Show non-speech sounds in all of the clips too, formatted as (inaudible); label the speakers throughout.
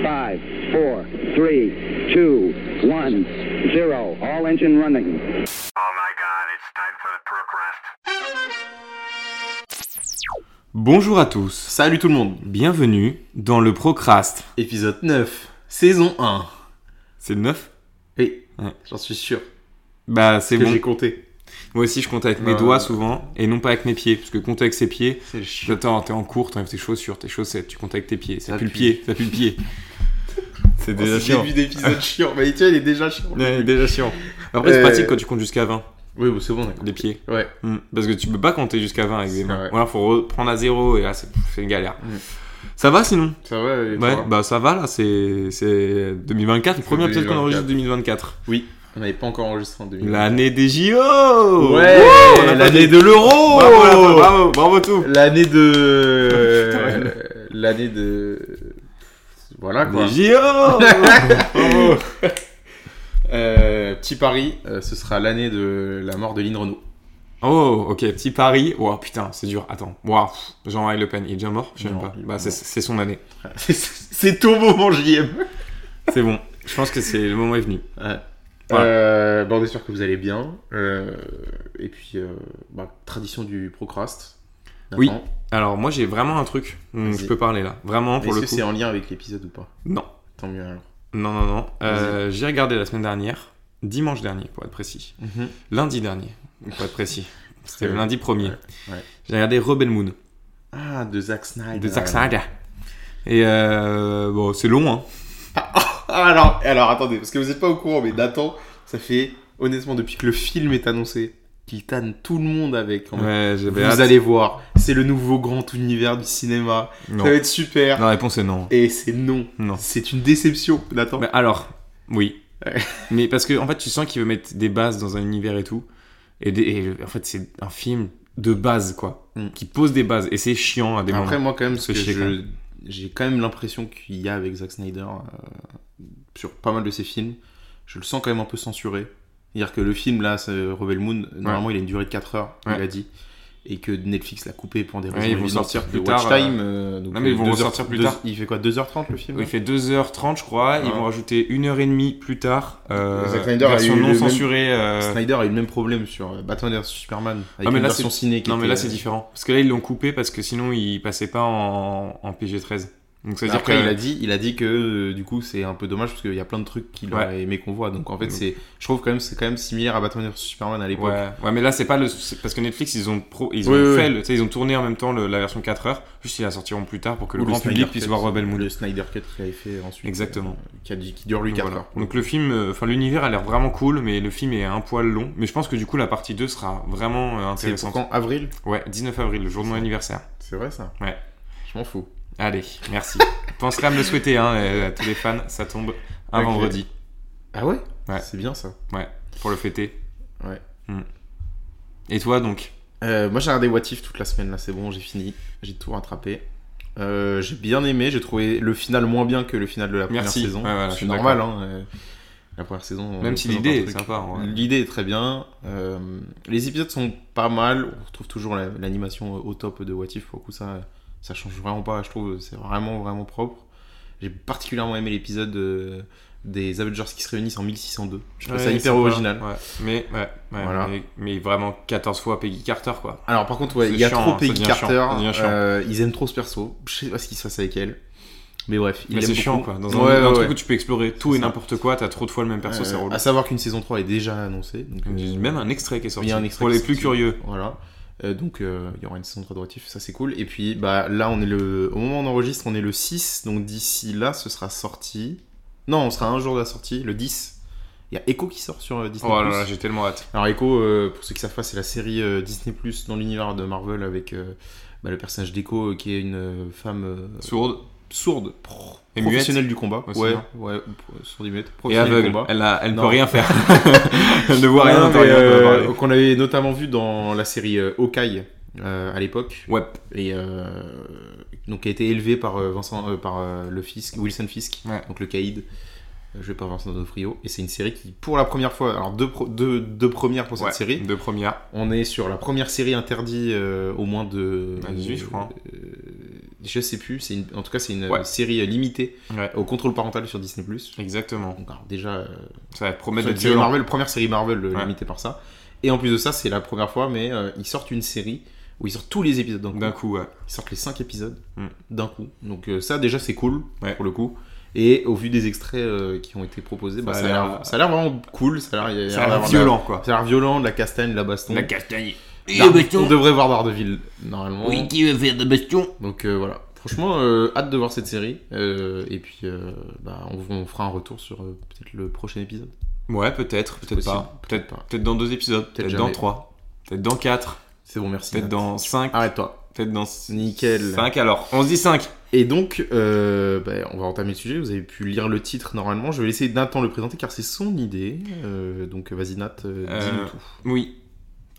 Speaker 1: Five, four, three, two, one, zero. All engine running.
Speaker 2: Oh my god, it's time for the perk rest.
Speaker 3: Bonjour à tous,
Speaker 4: Salut tout le monde
Speaker 3: bienvenue dans le Procrast.
Speaker 4: Épisode 9, saison 1.
Speaker 3: C'est le 9
Speaker 4: Oui,
Speaker 3: Ouais.
Speaker 4: j'en suis sûr
Speaker 3: Bah c'est
Speaker 4: que
Speaker 3: bon.
Speaker 4: j'ai compté.
Speaker 3: Moi aussi je compte avec mes
Speaker 4: Ouais.
Speaker 3: doigts souvent et non pas avec mes pieds, parce que compter avec ses pieds,
Speaker 4: C'est le chien.
Speaker 3: attends, t'es en cours, t'enlèves tes chaussures, tes chaussettes, tu comptes avec tes pieds, ça
Speaker 4: Ça
Speaker 3: pue le
Speaker 4: pue.
Speaker 3: pied, ça pue le pied. C'est déjà
Speaker 4: C'est le
Speaker 3: chiant.
Speaker 4: début
Speaker 3: (laughs)
Speaker 4: d'épisode chiant, mais tu vois, il est déjà chiant.
Speaker 3: Ouais, déjà chiant. Après c'est
Speaker 4: Euh,
Speaker 3: pratique quand tu comptes jusqu'à 20
Speaker 4: Oui, bon, c'est bon, d'accord.
Speaker 3: des pieds.
Speaker 4: Ouais.
Speaker 3: Mm. Parce que tu peux pas compter jusqu'à 20 avec des
Speaker 4: C'est
Speaker 3: mains.
Speaker 4: vrai.
Speaker 3: Ou alors faut reprendre à zéro et là c'est c'est une galère.
Speaker 4: Mm.
Speaker 3: Ça va sinon
Speaker 4: Ça va et
Speaker 3: Ouais,
Speaker 4: toi
Speaker 3: bah ça va là, c'est c'est 2024, le premier épisode qu'on
Speaker 4: 2024.
Speaker 3: enregistre 2024.
Speaker 4: Oui, on n'avait pas encore enregistré en 2000.
Speaker 3: L'année des JO
Speaker 4: Ouais,
Speaker 3: Wow, on a
Speaker 4: l'année
Speaker 3: fait-
Speaker 4: de l'euro
Speaker 3: Bravo, la fin, bravo, bravo tout (laughs)
Speaker 4: L'année
Speaker 3: Putain,
Speaker 4: de... euh, L'année de... Voilà quoi.
Speaker 3: Les (laughs) JO
Speaker 4: Euh, petit pari, euh, ce sera l'année de la mort de Lynn Renault. (laughs)
Speaker 3: Oh, ok, petit pari. Wow, putain, c'est dur. Attends. Wow, pff, Jean-Marie Le Pen, il est déjà mort Je sais même
Speaker 4: Non,
Speaker 3: pas.
Speaker 4: il est
Speaker 3: Bah, c'est-
Speaker 4: mort.
Speaker 3: c'est son année.
Speaker 4: C'est- c'est ton moment, JM.
Speaker 3: C'est bon. Je pense que c'est le moment est venu.
Speaker 4: Ouais.
Speaker 3: Voilà.
Speaker 4: Euh, bah, on espère que vous allez bien. Euh, et puis, euh, bah, tradition du procrast. Nathan,
Speaker 3: Oui, Alors, moi, j'ai vraiment un truc dont
Speaker 4: Vas-y.
Speaker 3: je peux parler là. Vraiment, pour
Speaker 4: Est-ce
Speaker 3: le
Speaker 4: que
Speaker 3: coup.
Speaker 4: c'est en lien avec l'épisode ou pas
Speaker 3: Non,
Speaker 4: Tant mieux alors.
Speaker 3: non, non, non. Euh, j'ai regardé la semaine dernière, dimanche dernier, pour être précis. Lundi dernier, pour être précis. C'était le lundi premier.
Speaker 4: Ouais, ouais.
Speaker 3: J'ai regardé Rebel Moon.
Speaker 4: Ah, de Zack Snyder.
Speaker 3: de Zack Snyder. Et euh, bon, c'est long, hein.
Speaker 4: Ah, alors, alors, attendez, parce que vous n'êtes pas au courant, mais Nathan, ça fait honnêtement depuis que le film est annoncé qu'il tanne tout le monde avec. en mode,
Speaker 3: Ouais,
Speaker 4: Vous
Speaker 3: j'avais hâte.
Speaker 4: allez voir, c'est le nouveau grand univers du cinéma.
Speaker 3: Non.
Speaker 4: Ça va être super.
Speaker 3: La réponse est non. hein.
Speaker 4: Et c'est non.
Speaker 3: Non.
Speaker 4: C'est une déception, Nathan.
Speaker 3: Mais alors, oui.
Speaker 4: Ouais. (laughs)
Speaker 3: Mais parce que, en fait, tu sens qu'il veut mettre des bases dans un univers et tout. Et, des- et en fait, c'est un film de base, quoi.
Speaker 4: Mm.
Speaker 3: Qui pose des bases. Et c'est chiant à des
Speaker 4: Après,
Speaker 3: moments.
Speaker 4: moi, quand même,
Speaker 3: Se
Speaker 4: ce que
Speaker 3: chier,
Speaker 4: je-
Speaker 3: quand même.
Speaker 4: j'ai quand même l'impression qu'il y a avec Zack Snyder euh, sur pas mal de ses films, je le sens quand même un peu censuré. C'est-à-dire que le film, là, c'est Rebel Moon, normalement, il a une durée de 4 heures,
Speaker 3: Ouais.
Speaker 4: il a dit. Et que Netflix l'a coupé pour des
Speaker 3: Ouais,
Speaker 4: raisons
Speaker 3: ils vont
Speaker 4: évidentes.
Speaker 3: sortir plus
Speaker 4: Le
Speaker 3: tard,
Speaker 4: Watch time, euh, donc,
Speaker 3: Non, mais ils
Speaker 4: euh,
Speaker 3: vont
Speaker 4: deux
Speaker 3: ressortir
Speaker 4: heures-
Speaker 3: plus
Speaker 4: deux-
Speaker 3: tard.
Speaker 4: Il fait quoi 2h30 le film
Speaker 3: Il fait 2h30, je crois. Ils
Speaker 4: Ouais.
Speaker 3: vont rajouter 1h30 plus tard. Euh,
Speaker 4: Ah. Zack Snyder a
Speaker 3: version
Speaker 4: eu le
Speaker 3: non
Speaker 4: même-
Speaker 3: censurée. euh,
Speaker 4: Snyder a eu le même problème sur euh, Batman vs Superman. Avec
Speaker 3: Non, mais
Speaker 4: une
Speaker 3: là,
Speaker 4: version ciné qui
Speaker 3: Non, mais
Speaker 4: était- euh,
Speaker 3: là, c'est différent. Parce que là, ils l'ont coupé parce que sinon, il passait pas en, en PG-13. Donc, ça veut dire que.
Speaker 4: Après, il a dit, il a dit que euh, du coup c'est un peu dommage parce qu'il y a plein de trucs qu'il
Speaker 3: Ouais.
Speaker 4: aurait aimé qu'on voit. Donc en fait
Speaker 3: Donc-
Speaker 4: c'est, je trouve quand même c'est quand même similaire à Batman vs Superman à l'époque.
Speaker 3: Ouais, ouais, mais là c'est pas le c'est parce que Netflix ils ont pro, ils ont
Speaker 4: Oui, oui,
Speaker 3: fait
Speaker 4: oui.
Speaker 3: le- tu sais, ils ont tourné en même temps le- la version 4 heures, juste ils la sortiront plus tard pour que
Speaker 4: Ou
Speaker 3: le grand
Speaker 4: Snyder
Speaker 3: public puisse
Speaker 4: Cut,
Speaker 3: voir Rebel Moon.
Speaker 4: Le Snyder Cut qu'il avait fait ensuite.
Speaker 3: Exactement.
Speaker 4: euh, qui, a dit- qui dure lui
Speaker 3: Donc,
Speaker 4: 4
Speaker 3: voilà.
Speaker 4: heures.
Speaker 3: Donc le film euh, enfin l'univers a l'air vraiment cool mais le film est un poil long, mais je pense que du coup la partie 2 sera vraiment euh,
Speaker 4: c'est pour
Speaker 3: intéressante.
Speaker 4: quand avril
Speaker 3: Ouais, 19 avril, le jour de mon anniversaire.
Speaker 4: C'est vrai ça
Speaker 3: Ouais.
Speaker 4: Je m'en fous.
Speaker 3: Allez,
Speaker 4: (laughs)
Speaker 3: merci. Penserez à me le souhaiter hein, euh, à tous les fans, ça tombe un
Speaker 4: Ok.
Speaker 3: vendredi
Speaker 4: Ah ouais,
Speaker 3: Ouais.
Speaker 4: C'est bien ça.
Speaker 3: pour le fêter.
Speaker 4: Ouais.
Speaker 3: Hmm. Et toi donc
Speaker 4: Euh, moi j'ai regardé What If toute la semaine là, c'est bon, j'ai fini, j'ai tout rattrapé. Euh, j'ai bien aimé, j'ai trouvé le final moins bien que le final de la première
Speaker 3: Merci.
Speaker 4: saison.
Speaker 3: Ouais, voilà, je
Speaker 4: c'est
Speaker 3: suis
Speaker 4: normal, hein, euh, la première saison. on
Speaker 3: Même si
Speaker 4: présente
Speaker 3: l'idée
Speaker 4: un
Speaker 3: est
Speaker 4: truc.
Speaker 3: sympa, en vrai.
Speaker 4: L'idée est très bien. euh, les épisodes sont pas mal. On retrouve toujours la- l'animation au top de What If. Pour le coup, ça, ça change vraiment pas. Je trouve c'est vraiment vraiment propre. J'ai particulièrement aimé l'épisode euh, des Avengers qui se réunissent en 1602. Je trouve ça
Speaker 3: Ouais,
Speaker 4: hyper
Speaker 3: sympa.
Speaker 4: original.
Speaker 3: Ouais. Mais ouais, ouais,
Speaker 4: Voilà.
Speaker 3: mais- mais vraiment 14 fois Peggy Carter quoi.
Speaker 4: Alors par contre, ouais,
Speaker 3: C'est
Speaker 4: il y a
Speaker 3: chiant, hein,
Speaker 4: trop
Speaker 3: ça
Speaker 4: Peggy
Speaker 3: devient
Speaker 4: Carter.
Speaker 3: chiant, ça devient chiant.
Speaker 4: euh, ils aiment trop ce perso. Je sais pas ce qui se passe avec elle. Mais bref, il
Speaker 3: Mais
Speaker 4: aime
Speaker 3: c'est
Speaker 4: beaucoup.
Speaker 3: chiant quoi. Dans un,
Speaker 4: Ouais,
Speaker 3: dans un
Speaker 4: ouais,
Speaker 3: truc
Speaker 4: ouais.
Speaker 3: où tu peux explorer tout
Speaker 4: C'est
Speaker 3: et
Speaker 4: ça.
Speaker 3: n'importe quoi, t'as trop de fois le même perso, c'est
Speaker 4: Euh,
Speaker 3: relou.
Speaker 4: à savoir qu'une saison 3 est déjà annoncée. donc, euh,
Speaker 3: J'ai Même un extrait qui est sorti.
Speaker 4: il y a un extrait
Speaker 3: pour
Speaker 4: qui
Speaker 3: les
Speaker 4: est
Speaker 3: plus
Speaker 4: sorti.
Speaker 3: curieux.
Speaker 4: Voilà. Euh, donc euh, il y aura une saison 3 de What If, ça c'est cool. Et puis bah là on est le au moment où on enregistre, on est le 6 donc d'ici là ce sera sorti. Non, on sera un jour de la sortie, le 10. Il y a Echo qui sort sur euh, Disney+.
Speaker 3: Oh là là, j'ai tellement hâte.
Speaker 4: Alors Echo, euh, pour ceux qui savent pas, c'est la série euh, Disney Plus dans l'univers de Marvel avec euh, bah, le personnage d'Echo euh, qui est une euh, femme euh,
Speaker 3: Sourde.
Speaker 4: sourde, pro-
Speaker 3: Et muette.
Speaker 4: professionnelle du combat.
Speaker 3: Aussi,
Speaker 4: ouais,
Speaker 3: non
Speaker 4: ouais, pro- sourde et muette,
Speaker 3: Et
Speaker 4: professionnelle du
Speaker 3: aveugle.
Speaker 4: combat.
Speaker 3: Elle, a- elle peut
Speaker 4: Non.
Speaker 3: rien
Speaker 4: (laughs)
Speaker 3: faire. elle ne voit
Speaker 4: Non,
Speaker 3: rien.
Speaker 4: non,
Speaker 3: n'entend
Speaker 4: mais,
Speaker 3: rien, elle peut pas
Speaker 4: euh,
Speaker 3: parler.
Speaker 4: qu'on avait notamment vu dans la série euh, Hawkeye euh, à l'époque
Speaker 3: Ouais.
Speaker 4: et euh, donc qui a été élevé par euh, Vincent, euh, par euh, le Fisk, Wilson Fisk,
Speaker 3: Ouais.
Speaker 4: donc le caïd. Je vais pas Vincent D'Onofrio, et c'est une série qui, pour la première fois, alors deux, pro- deux, deux premières pour cette
Speaker 3: ouais.
Speaker 4: série,
Speaker 3: De première.
Speaker 4: On est sur la première série interdite euh, au moins de.
Speaker 3: À 18, je Ah, crois.
Speaker 4: euh, je sais plus, c'est une- en tout cas c'est une
Speaker 3: Ouais.
Speaker 4: série limitée
Speaker 3: Ouais.
Speaker 4: au contrôle parental sur Disney+. Donc
Speaker 3: Exactement.
Speaker 4: alors, déjà, euh,
Speaker 3: Ça va promettre
Speaker 4: c'est
Speaker 3: de
Speaker 4: une série Marvel, première série Marvel euh,
Speaker 3: Ouais.
Speaker 4: limitée par ça. Et en plus de ça, c'est la première fois, mais euh, ils sortent une série où ils sortent tous les épisodes d'un coup.
Speaker 3: D'un coup, ouais.
Speaker 4: Ils sortent les 5 épisodes
Speaker 3: Mm.
Speaker 4: d'un coup. Donc euh, ça déjà c'est cool
Speaker 3: Ouais.
Speaker 4: pour le coup. Et au vu des extraits euh, qui ont été proposés, bah,
Speaker 3: Ça
Speaker 4: ça,
Speaker 3: a
Speaker 4: a
Speaker 3: l'air-
Speaker 4: l'air- ça a l'air vraiment cool. Ça a l'air- Ah, il y a
Speaker 3: Ça
Speaker 4: l'air
Speaker 3: a l'air
Speaker 4: d'avoir de la-
Speaker 3: violent, quoi.
Speaker 4: Ça a l'air violent, de la castagne, de la baston.
Speaker 3: castagne.
Speaker 4: Dar- Eh ben, On devrait voir Daredevil normalement.
Speaker 3: qui veut faire de bastion
Speaker 4: Donc euh, voilà. Franchement, euh, hâte de voir cette série. Euh, et puis, euh, bah, on, on fera un retour sur euh, peut-être le prochain épisode.
Speaker 3: Ouais, peut-être, peut-être
Speaker 4: possible,
Speaker 3: pas. Peut-être
Speaker 4: pas.
Speaker 3: peut-être dans deux épisodes, peut-être dans
Speaker 4: jamais.
Speaker 3: trois, peut-être dans quatre,
Speaker 4: C'est bon, merci.
Speaker 3: peut-être dans cinq,
Speaker 4: Arrête-toi.
Speaker 3: peut-être dans
Speaker 4: Ah. Nickel.
Speaker 3: cinq. Alors, on se dit cinq.
Speaker 4: Et donc, euh, bah, on va entamer le sujet. Vous avez pu lire le titre normalement. Je vais laisser Nathan le présenter car c'est son idée. Euh, donc, vas-y, Nat, euh,
Speaker 3: Euh,
Speaker 4: dis-nous tout.
Speaker 3: Oui.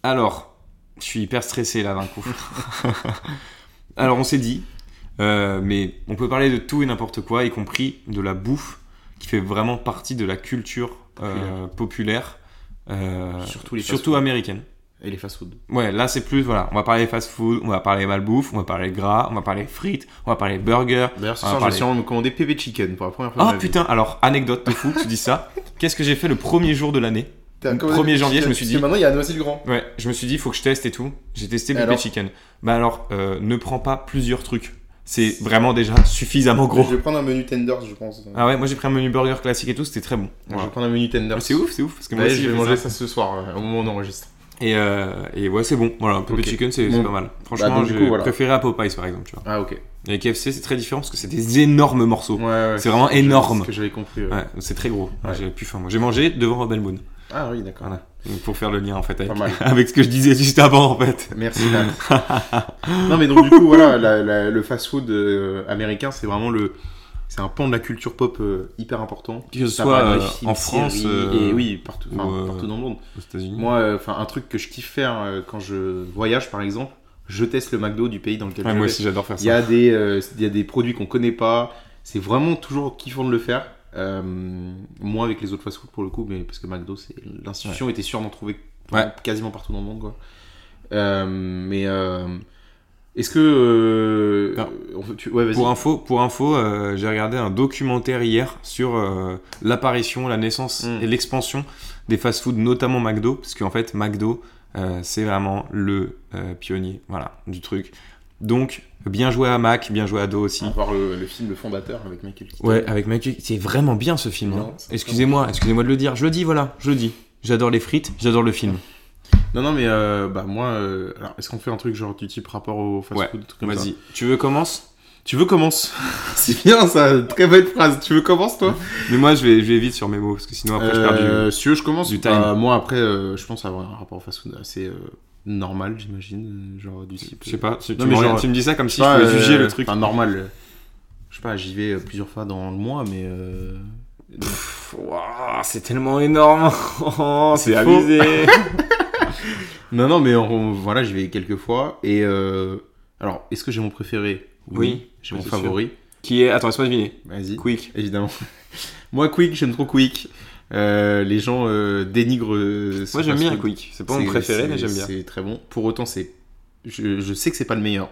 Speaker 3: Alors, je suis hyper stressé là d'un coup. (laughs) Alors, on s'est dit, euh, mais on peut parler de tout et n'importe quoi, y compris de la bouffe qui fait vraiment partie de la culture euh, populaire, euh,
Speaker 4: Surtout les
Speaker 3: surtout
Speaker 4: fast-food.
Speaker 3: américaine.
Speaker 4: Et les fast-food.
Speaker 3: Ouais, là c'est plus, voilà, on va parler fast-food, on va parler malbouffe, on va parler gras, on va parler frites, on va parler burger.
Speaker 4: D'ailleurs, ce
Speaker 3: On va
Speaker 4: soir, je
Speaker 3: parler.
Speaker 4: vais sûrement me commander PB Chicken pour la première fois. de
Speaker 3: Ah
Speaker 4: ma vie.
Speaker 3: putain, alors anecdote de fou, tu dis
Speaker 4: (laughs)
Speaker 3: ça. Qu'est-ce que j'ai fait le premier jour de l'année
Speaker 4: T'as commandé
Speaker 3: 1er
Speaker 4: PB
Speaker 3: janvier, je me suis
Speaker 4: Chicken, parce
Speaker 3: dit-
Speaker 4: que maintenant, il y a Noisy le Grand.
Speaker 3: Ouais, je me suis dit, faut que je teste et tout. J'ai testé
Speaker 4: Et
Speaker 3: Pepe
Speaker 4: alors
Speaker 3: Chicken. Bah alors, euh, ne prends pas plusieurs trucs. C'est vraiment déjà suffisamment gros.
Speaker 4: vais prendre un menu Tenders, je pense.
Speaker 3: Ah ouais, moi j'ai pris un menu burger classique et tout, c'était très bon.
Speaker 4: Je
Speaker 3: Voilà.
Speaker 4: vais prendre un menu Tenders.
Speaker 3: C'est ouf, c'est ouf, parce que moi
Speaker 4: Ouais,
Speaker 3: aussi
Speaker 4: je vais
Speaker 3: j'ai
Speaker 4: manger
Speaker 3: mangé
Speaker 4: ça ce soir, euh, au moment où on enregistre.
Speaker 3: Et, euh, et ouais, c'est bon. Voilà, Pepe
Speaker 4: Ok.
Speaker 3: Chicken, c'est c'est
Speaker 4: Bon. Bah,
Speaker 3: pas mal. Franchement,
Speaker 4: donc, du
Speaker 3: j'ai
Speaker 4: coup, voilà.
Speaker 3: préféré à Popeyes par exemple, tu vois.
Speaker 4: Ah, ok.
Speaker 3: Et KFC, c'est très différent parce que c'est des énormes morceaux.
Speaker 4: Ouais, ouais.
Speaker 3: C'est vraiment
Speaker 4: ce que je-
Speaker 3: énorme.
Speaker 4: ce que j'avais compris. ouais.
Speaker 3: Ouais, c'est très gros.
Speaker 4: Ouais.
Speaker 3: J'ai plus faim. Moi, j'ai mangé devant Rebel Moon.
Speaker 4: Ah oui, d'accord.
Speaker 3: Voilà. Donc, pour faire le lien en fait avec,
Speaker 4: Pas mal.
Speaker 3: (laughs) avec ce que je disais juste avant en fait. (laughs)
Speaker 4: Merci, Nat. non, mais donc, du coup, voilà, la- la- le fast-food euh, américain, c'est vraiment le. C'est un pan de la culture pop euh, hyper important.
Speaker 3: Que ce
Speaker 4: Ça
Speaker 3: soit
Speaker 4: parle de
Speaker 3: euh,
Speaker 4: films,
Speaker 3: en France
Speaker 4: séries,
Speaker 3: euh,
Speaker 4: et oui, partout, enfin,
Speaker 3: ou, euh,
Speaker 4: partout dans le monde.
Speaker 3: aux États-Unis.
Speaker 4: Moi, euh, enfin, un truc que je kiffe faire euh, quand je voyage, par exemple, je teste le McDo du pays dans lequel
Speaker 3: Ouais,
Speaker 4: je
Speaker 3: moi
Speaker 4: vais.
Speaker 3: aussi j'adore faire
Speaker 4: Il y
Speaker 3: Ah, ça.
Speaker 4: a des, euh, il y a des produits qu'on connaît pas. C'est vraiment toujours kiffant de le faire. Euh, moins avec les autres fast-food pour le coup, mais parce que McDo, c'est l'institution était sûre d'en trouver
Speaker 3: Ouais.
Speaker 4: quasiment partout dans le monde, quoi. Euh, mais euh, est-ce que euh,
Speaker 3: Non.
Speaker 4: on veut- tu- ouais, vas-y.
Speaker 3: Ben, Pour info, pour info euh, j'ai regardé un documentaire hier sur euh, l'apparition, la naissance
Speaker 4: Mm.
Speaker 3: et l'expansion des fast-foods, notamment McDo, parce qu'en fait, McDo, euh, c'est vraiment le euh, pionnier voilà, du truc. Donc, bien joué à Mac, bien joué à Do aussi.
Speaker 4: On va voir le, le film Le Fondateur avec Michael Keaton.
Speaker 3: Ouais, avec Michael, c'est vraiment bien ce film.
Speaker 4: Non,
Speaker 3: hein.
Speaker 4: c'est
Speaker 3: Excusez-moi, excusez-moi de le dire. Je le dis, voilà, je le dis. J'adore les frites, j'adore le film.
Speaker 4: Non, non, mais euh, bah moi, euh, alors est-ce qu'on fait un truc genre du type rapport au
Speaker 3: Ouais,
Speaker 4: fast-food, truc comme ça
Speaker 3: Vas-y, tu veux commence
Speaker 4: Tu veux commence (laughs) C'est bien ça, très belle phrase. Tu veux commence toi
Speaker 3: (laughs) Mais moi, je vais, je vais vite sur mes mots, parce que sinon après, je perds du...
Speaker 4: Euh, Si eux, je commence.
Speaker 3: du
Speaker 4: Bah,
Speaker 3: time.
Speaker 4: moi, après, euh, je pense avoir un rapport fast-food assez euh, normal, j'imagine. euh, Genre du type.
Speaker 3: Je sais pas, tu, tu
Speaker 4: Non, mais
Speaker 3: me
Speaker 4: genre-
Speaker 3: regardes, tu me dis ça comme si
Speaker 4: je sais pas,
Speaker 3: je pouvais juger
Speaker 4: euh,
Speaker 3: le truc.
Speaker 4: Enfin, normal. euh, Je sais pas, j'y vais euh, plusieurs fois dans le mois, mais. euh,
Speaker 3: Ouah, c'est tellement énorme. (laughs) Oh, c'est (laughs)
Speaker 4: faux.
Speaker 3: abusé.
Speaker 4: Non, non, mais on- voilà, j'y vais quelques fois. Et. euh, Alors, est-ce que j'ai mon préféré
Speaker 3: Oui,
Speaker 4: J'ai
Speaker 3: oui,
Speaker 4: mon
Speaker 3: c'est sûr.
Speaker 4: favori.
Speaker 3: Qui est Attends, laisse-moi deviner.
Speaker 4: Vas-y.
Speaker 3: Quick.
Speaker 4: Évidemment. (laughs) moi, Quick, j'aime trop Quick. Euh, les gens euh, dénigrent.
Speaker 3: Moi j'aime bien Quick. C'est pas mon
Speaker 4: C'est-
Speaker 3: préféré,
Speaker 4: c'est-
Speaker 3: mais j'aime bien.
Speaker 4: C'est très bon. Pour autant, c'est. Je, je sais que c'est pas le meilleur.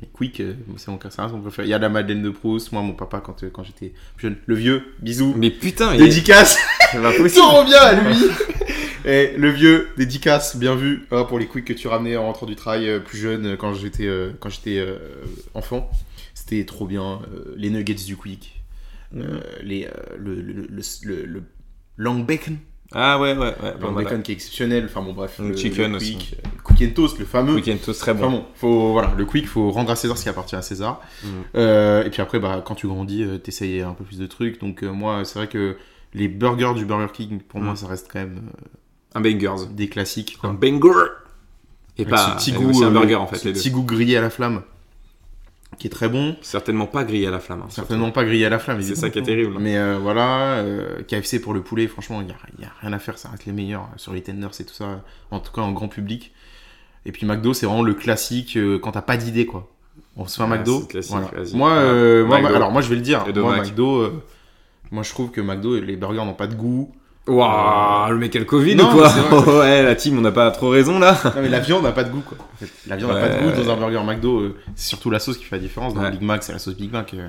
Speaker 4: Mais Quick, euh, c'est mon c'est mon préféré. Il y a la Madeleine de Proust, moi, mon papa, quand, euh, quand j'étais plus jeune. Le vieux, bisous.
Speaker 3: Mais putain, il est
Speaker 4: Dédicace,
Speaker 3: c'est pas
Speaker 4: tout
Speaker 3: possible.
Speaker 4: revient à lui. (laughs) Et le vieux, dédicace, bien vu. Ah, pour les quicks que tu ramenais en rentrant du travail euh, plus jeune, euh, quand j'étais euh, quand j'étais euh, enfant, c'était trop bien. euh, les nuggets du quick,
Speaker 3: Mm.
Speaker 4: euh, les euh, le, le, le, le- le long bacon,
Speaker 3: Ah ouais, ouais, ouais.
Speaker 4: le
Speaker 3: Bon,
Speaker 4: long
Speaker 3: voilà.
Speaker 4: bacon qui est exceptionnel. Enfin bon bref,
Speaker 3: Le chicken aussi.
Speaker 4: quick, euh, le cookie and toast, le fameux.
Speaker 3: Quick and toast, très
Speaker 4: Enfin
Speaker 3: bon.
Speaker 4: bon, faut, voilà, le quick, faut rendre à César ce qui appartient à César.
Speaker 3: Mm.
Speaker 4: Euh, et puis après, bah, quand tu grandis, euh, t'essayes un peu plus de trucs. Donc euh, moi, c'est vrai que les burgers du Burger King, pour
Speaker 3: Mm.
Speaker 4: moi, ça reste quand même
Speaker 3: Un
Speaker 4: euh,
Speaker 3: bangers.
Speaker 4: des classiques. quoi.
Speaker 3: Un banger. Et
Speaker 4: Avec
Speaker 3: pas
Speaker 4: ce petit
Speaker 3: euh,
Speaker 4: goût,
Speaker 3: c'est un
Speaker 4: euh,
Speaker 3: burger en fait,
Speaker 4: ce
Speaker 3: les deux.
Speaker 4: petit goût grillé à la flamme, qui est très bon.
Speaker 3: Certainement pas grillé à la flamme. hein,
Speaker 4: Certainement pas grillé à la flamme,
Speaker 3: surtout. C'est
Speaker 4: évidemment.
Speaker 3: ça qui est terrible.
Speaker 4: Mais euh, voilà, euh, KFC pour le poulet, franchement, il n'y a, il y a rien à faire, ça reste les meilleurs euh, sur les tenders et tout ça, en tout cas en grand public. Et puis McDo, c'est vraiment le classique euh, quand t'as pas d'idée, quoi. On se fait un
Speaker 3: Ouais,
Speaker 4: McDo.
Speaker 3: Ah, c'est le classique,
Speaker 4: voilà.
Speaker 3: vas-y.
Speaker 4: Moi, euh,
Speaker 3: Voilà.
Speaker 4: moi,
Speaker 3: McDo.
Speaker 4: alors moi, je vais le dire,
Speaker 3: Et de
Speaker 4: moi,
Speaker 3: Mac.
Speaker 4: McDo, euh, moi je trouve que McDo, les burgers n'ont pas de goût.
Speaker 3: Waouh, le mec a le Covid
Speaker 4: Non,
Speaker 3: ou quoi
Speaker 4: mais c'est vrai.
Speaker 3: (laughs) Ouais, la team, on n'a pas trop raison là.
Speaker 4: Non, mais la viande n'a pas de goût, quoi. En fait, La viande n'a pas de
Speaker 3: Ouais.
Speaker 4: goût dans un burger McDo. euh, c'est surtout la sauce qui fait la différence. Dans le
Speaker 3: Ouais.
Speaker 4: Big Mac, c'est la sauce Big Mac. euh.